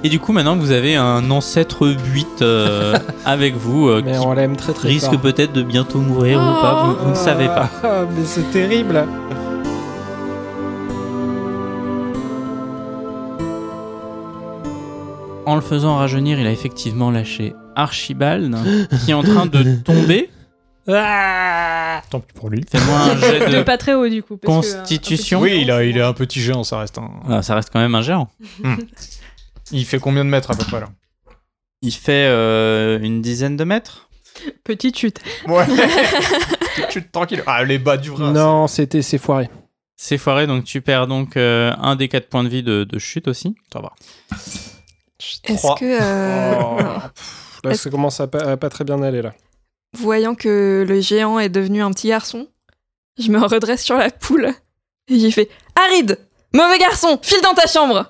S2: et du coup, maintenant que vous avez un ancêtre 8 euh, avec vous, euh,
S5: Mais
S2: qui
S5: on l'aime très très
S2: risque
S5: fort.
S2: peut-être de bientôt mourir ou pas, vous, vous ne savez pas.
S5: Ah, mais c'est terrible.
S2: En le faisant rajeunir, il a effectivement lâché Archibald, qui est en train de tomber.
S1: Tant pis pour lui.
S2: Fais-moi un jet
S4: De
S2: de...
S4: pas très haut du coup. parce que, euh, un
S2: Constitution.
S4: petit
S1: Oui, il, a,
S4: garçon,
S1: il est un petit géant, ça reste un.
S2: Ah, ça reste quand même un géant.
S1: Il fait combien de mètres à peu près là
S2: Il fait euh, une dizaine de mètres
S4: Petite chute.
S1: Ouais. tu te tranquille. Ah, les bas du bras.
S5: Non, c'était c'est foiré.
S2: C'est foiré, donc tu perds donc euh, un des quatre points de vie de, de chute aussi.
S1: Ça va.
S6: Est-ce
S1: Trois.
S6: que, euh,
S5: Oh, pff, là,
S6: Est-ce-
S5: ça commence à pas, à pas très bien aller là.
S6: voyant que le géant est devenu un petit garçon, je me redresse sur la poule et j'y fais Aride Mauvais garçon File dans ta chambre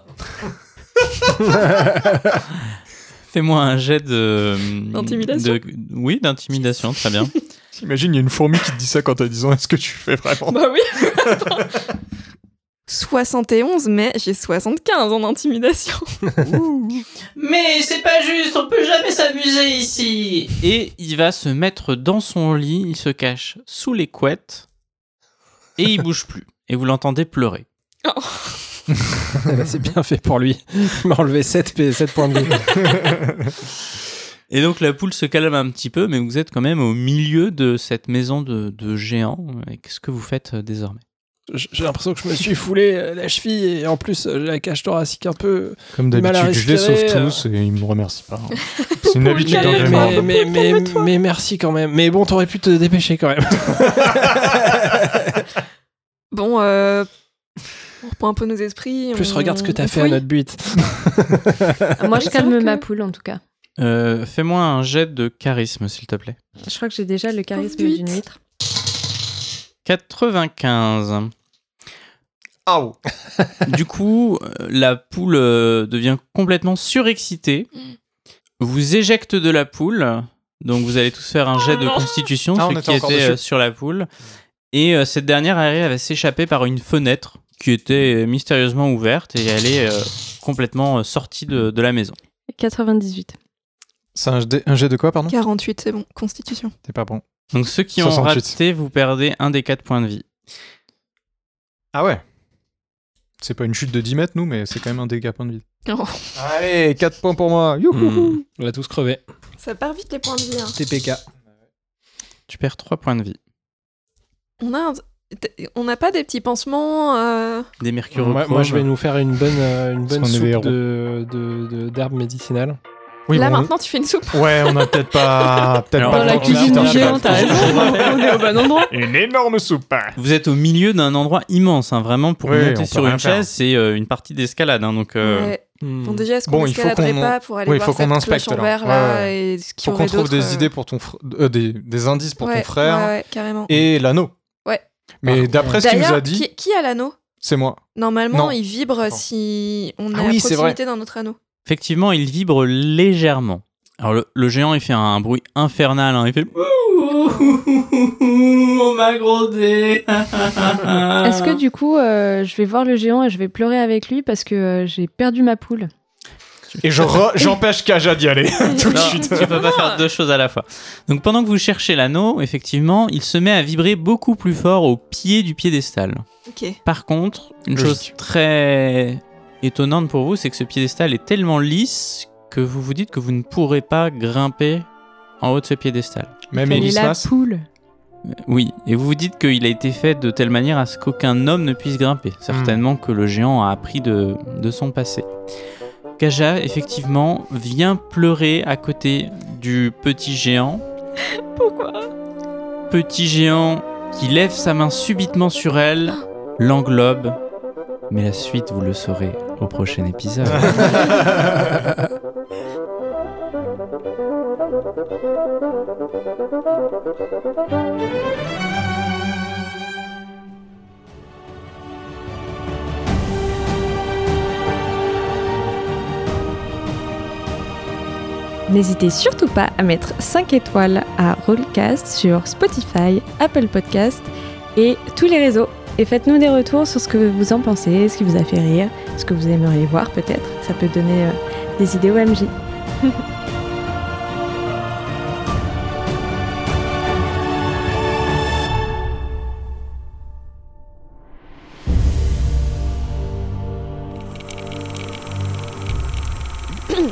S2: Fais-moi un jet de...
S4: D'intimidation
S2: de- Oui, d'intimidation, très bien.
S1: J'imagine, il y a une fourmi qui te dit ça quand t'as 10 ans. Est-ce que tu fais vraiment
S4: Bah oui.
S6: 71, mais j'ai 75 en intimidation.
S2: Mais c'est pas juste, on peut jamais s'amuser ici. Et il va se mettre dans son lit, il se cache sous les couettes et il bouge plus. Et vous l'entendez pleurer.
S5: Eh ben, c'est bien fait pour lui. Il m'a enlevé 7, points de vie.
S2: Et donc la poule se calme un petit peu, mais vous êtes quand même au milieu de cette maison de, de géants. Et Qu'est-ce que vous faites euh, désormais
S5: J- J'ai l'impression que je me suis foulé euh, la cheville et en plus euh, j'ai la cage thoracique un peu.
S1: Comme
S5: d'habitude, Mal à je les respirer, sauve euh. tous
S1: et ils me remercient pas. C'est une
S4: habitude, hein,
S5: Mais,
S4: Calme-toi,
S5: mais,
S4: Poule,
S5: mais, mais,
S4: calme-toi.
S5: merci quand même. Mais bon, t'aurais pu te dépêcher quand même.
S6: Bon, euh, on reprend un peu nos esprits.
S5: En plus,
S1: Euh,
S6: on-
S5: regarde ce que
S6: on
S5: t'as fait à
S6: fouille.
S5: notre but.
S1: Ah,
S7: Moi, je
S4: C'est vrai
S7: calme
S4: que-
S7: ma poule en tout cas.
S2: Euh, Fais-moi un jet de charisme, s'il te plaît.
S7: Je crois que j'ai déjà le charisme
S4: Huit.
S7: d'une huître.
S2: 95.
S1: Ah ouais.
S2: Du coup, euh, la poule euh, devient complètement surexcitée. Vous éjecte de la poule. Donc vous allez tous faire un jet de
S4: non.
S2: constitution,
S1: Ah, on
S2: ceux
S1: était
S2: qui
S1: encore
S2: était
S1: dessus.
S2: euh, sur la poule. Et euh, cette dernière arrive à s'échapper par une fenêtre qui était euh, mystérieusement ouverte et elle est euh, complètement euh, sortie de, de la maison.
S7: 98.
S1: C'est un, jet- un jet de quoi, pardon
S6: 48, c'est bon, constitution.
S1: T'es pas bon.
S2: Donc ceux qui
S1: 68.
S2: ont raté, vous perdez un des quatre points de vie.
S1: Ah ouais. C'est pas une chute de 10 mètres, nous, mais c'est quand même un dégât point de vie.
S6: Oh.
S1: Allez, 4 points pour moi.
S2: Hmm.
S5: On a tous crevé.
S6: Ça part vite les points de vie. hein.
S5: TPK.
S2: Tu perds trois points de vie.
S6: On a un- On n'a pas des petits pansements. euh,
S2: Des mercures
S5: Moi, moi, je vais nous faire une bonne, euh, une
S1: Parce
S5: bonne
S1: qu'on est
S5: soupe
S1: des héros.
S5: de- de- de- d'herbes médicinales.
S6: Là maintenant, tu fais une soupe.
S1: Ouais, on a peut-être pas. Peut-être
S2: Alors,
S1: pas
S2: Dans la
S1: le temps de
S2: cuisine
S1: faire
S2: du
S1: un
S2: géant,
S1: jet.
S2: t'as raison.
S4: On est au bon endroit.
S1: Une énorme soupe.
S2: Vous êtes au milieu d'un endroit immense, hein, vraiment, pour
S1: Oui, on
S2: monter
S1: peut
S2: sur
S1: rien
S2: une
S1: faire.
S2: chaise, c'est euh, une partie d'escalade. hein, donc, euh,
S6: Ouais.
S1: Hmm.
S6: Bon, déjà, est-ce qu'on
S1: Bon, il faut
S6: escaladerait
S1: qu'on-
S6: pas pour aller
S1: oui, il
S6: voir
S1: faut qu'on
S6: cette
S1: inspecte,
S6: cloche en
S1: alors.
S6: verre,
S1: Ouais,
S6: là
S1: ouais.
S6: et ce qu'il y
S1: Faut qu'on
S6: aurait
S1: trouve
S6: d'autre,
S1: des
S6: euh,
S1: idées pour ton fr- euh, des, des indices pour
S6: ouais,
S1: ton frère
S6: Ouais, ouais, carrément.
S1: et l'anneau.
S6: Ouais.
S1: Mais
S5: Par
S1: d'après ce qu'il nous
S6: D'ailleurs,
S1: a dit,
S6: qui, qui a l'anneau
S1: c'est moi.
S6: Normalement,
S1: Non.
S6: il vibre
S1: Attends.
S6: si on est
S1: Ah
S6: à
S1: oui, c'est vrai.
S6: proximité dans notre anneau.
S2: Effectivement, il vibre légèrement. Alors le, le géant, il fait un, bruit infernal. hein, Il fait... On m'a grondé.
S7: Est-ce que du coup, euh, je vais voir le géant et je vais pleurer avec lui parce que euh, j'ai perdu ma poule
S1: Et je re- j'empêche Kaja d'y aller tout de
S2: Non,
S1: suite.
S2: tu peux pas faire deux choses à la fois. Donc pendant que vous cherchez l'anneau, effectivement, il se met à vibrer beaucoup plus fort au pied du piédestal.
S6: Ok.
S2: Par contre, une
S1: Logique.
S2: chose très étonnante pour vous, c'est que ce piédestal est tellement lisse que vous vous dites que vous ne pourrez pas grimper en haut de ce piédestal.
S1: Même
S7: Elle est la
S1: Elismas.
S7: poule.
S2: Oui, et vous vous dites qu'il a été fait de telle manière à ce qu'aucun homme ne puisse grimper. Certainement que le géant a appris de, de son passé. Kaja, effectivement, vient pleurer à côté du petit géant.
S4: Pourquoi
S2: Petit géant qui lève sa main subitement sur elle, l'englobe. Mais la suite, vous le saurez au prochain épisode.
S7: N'hésitez surtout pas à mettre 5 étoiles à Rollcast sur Spotify, Apple Podcast et tous les réseaux. Et faites-nous des retours sur ce que vous en pensez, ce qui vous a fait rire, ce que vous aimeriez voir peut-être. Ça peut donner euh, des idées au MJ.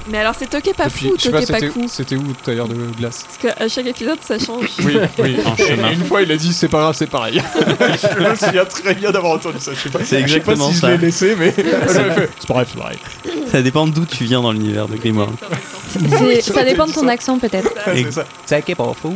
S6: Mais alors, c'est Toké pas
S1: Depuis-
S6: fou ou
S1: je sais pas,
S6: Toké pas
S1: c'était,
S6: coup
S1: c'était où tailleur de glace
S6: Parce qu'à chaque épisode, ça change.
S1: Oui, oui.
S2: En chemin.
S1: Et une fois, il a dit c'est pas grave, c'est pareil. je me souviens très bien d'avoir entendu ça. Je sais pas,
S2: C'est
S1: je sais pas
S2: exactement
S1: si
S2: ça.
S1: je l'ai laissé, mais Elle m'a fait, c'est pas grave, c'est pareil.
S2: Ça dépend d'où tu viens dans l'univers de Grimoire.
S7: C'est- Ça dépend de ton accent peut-être.
S1: C'est ça.
S2: C'est pas fou.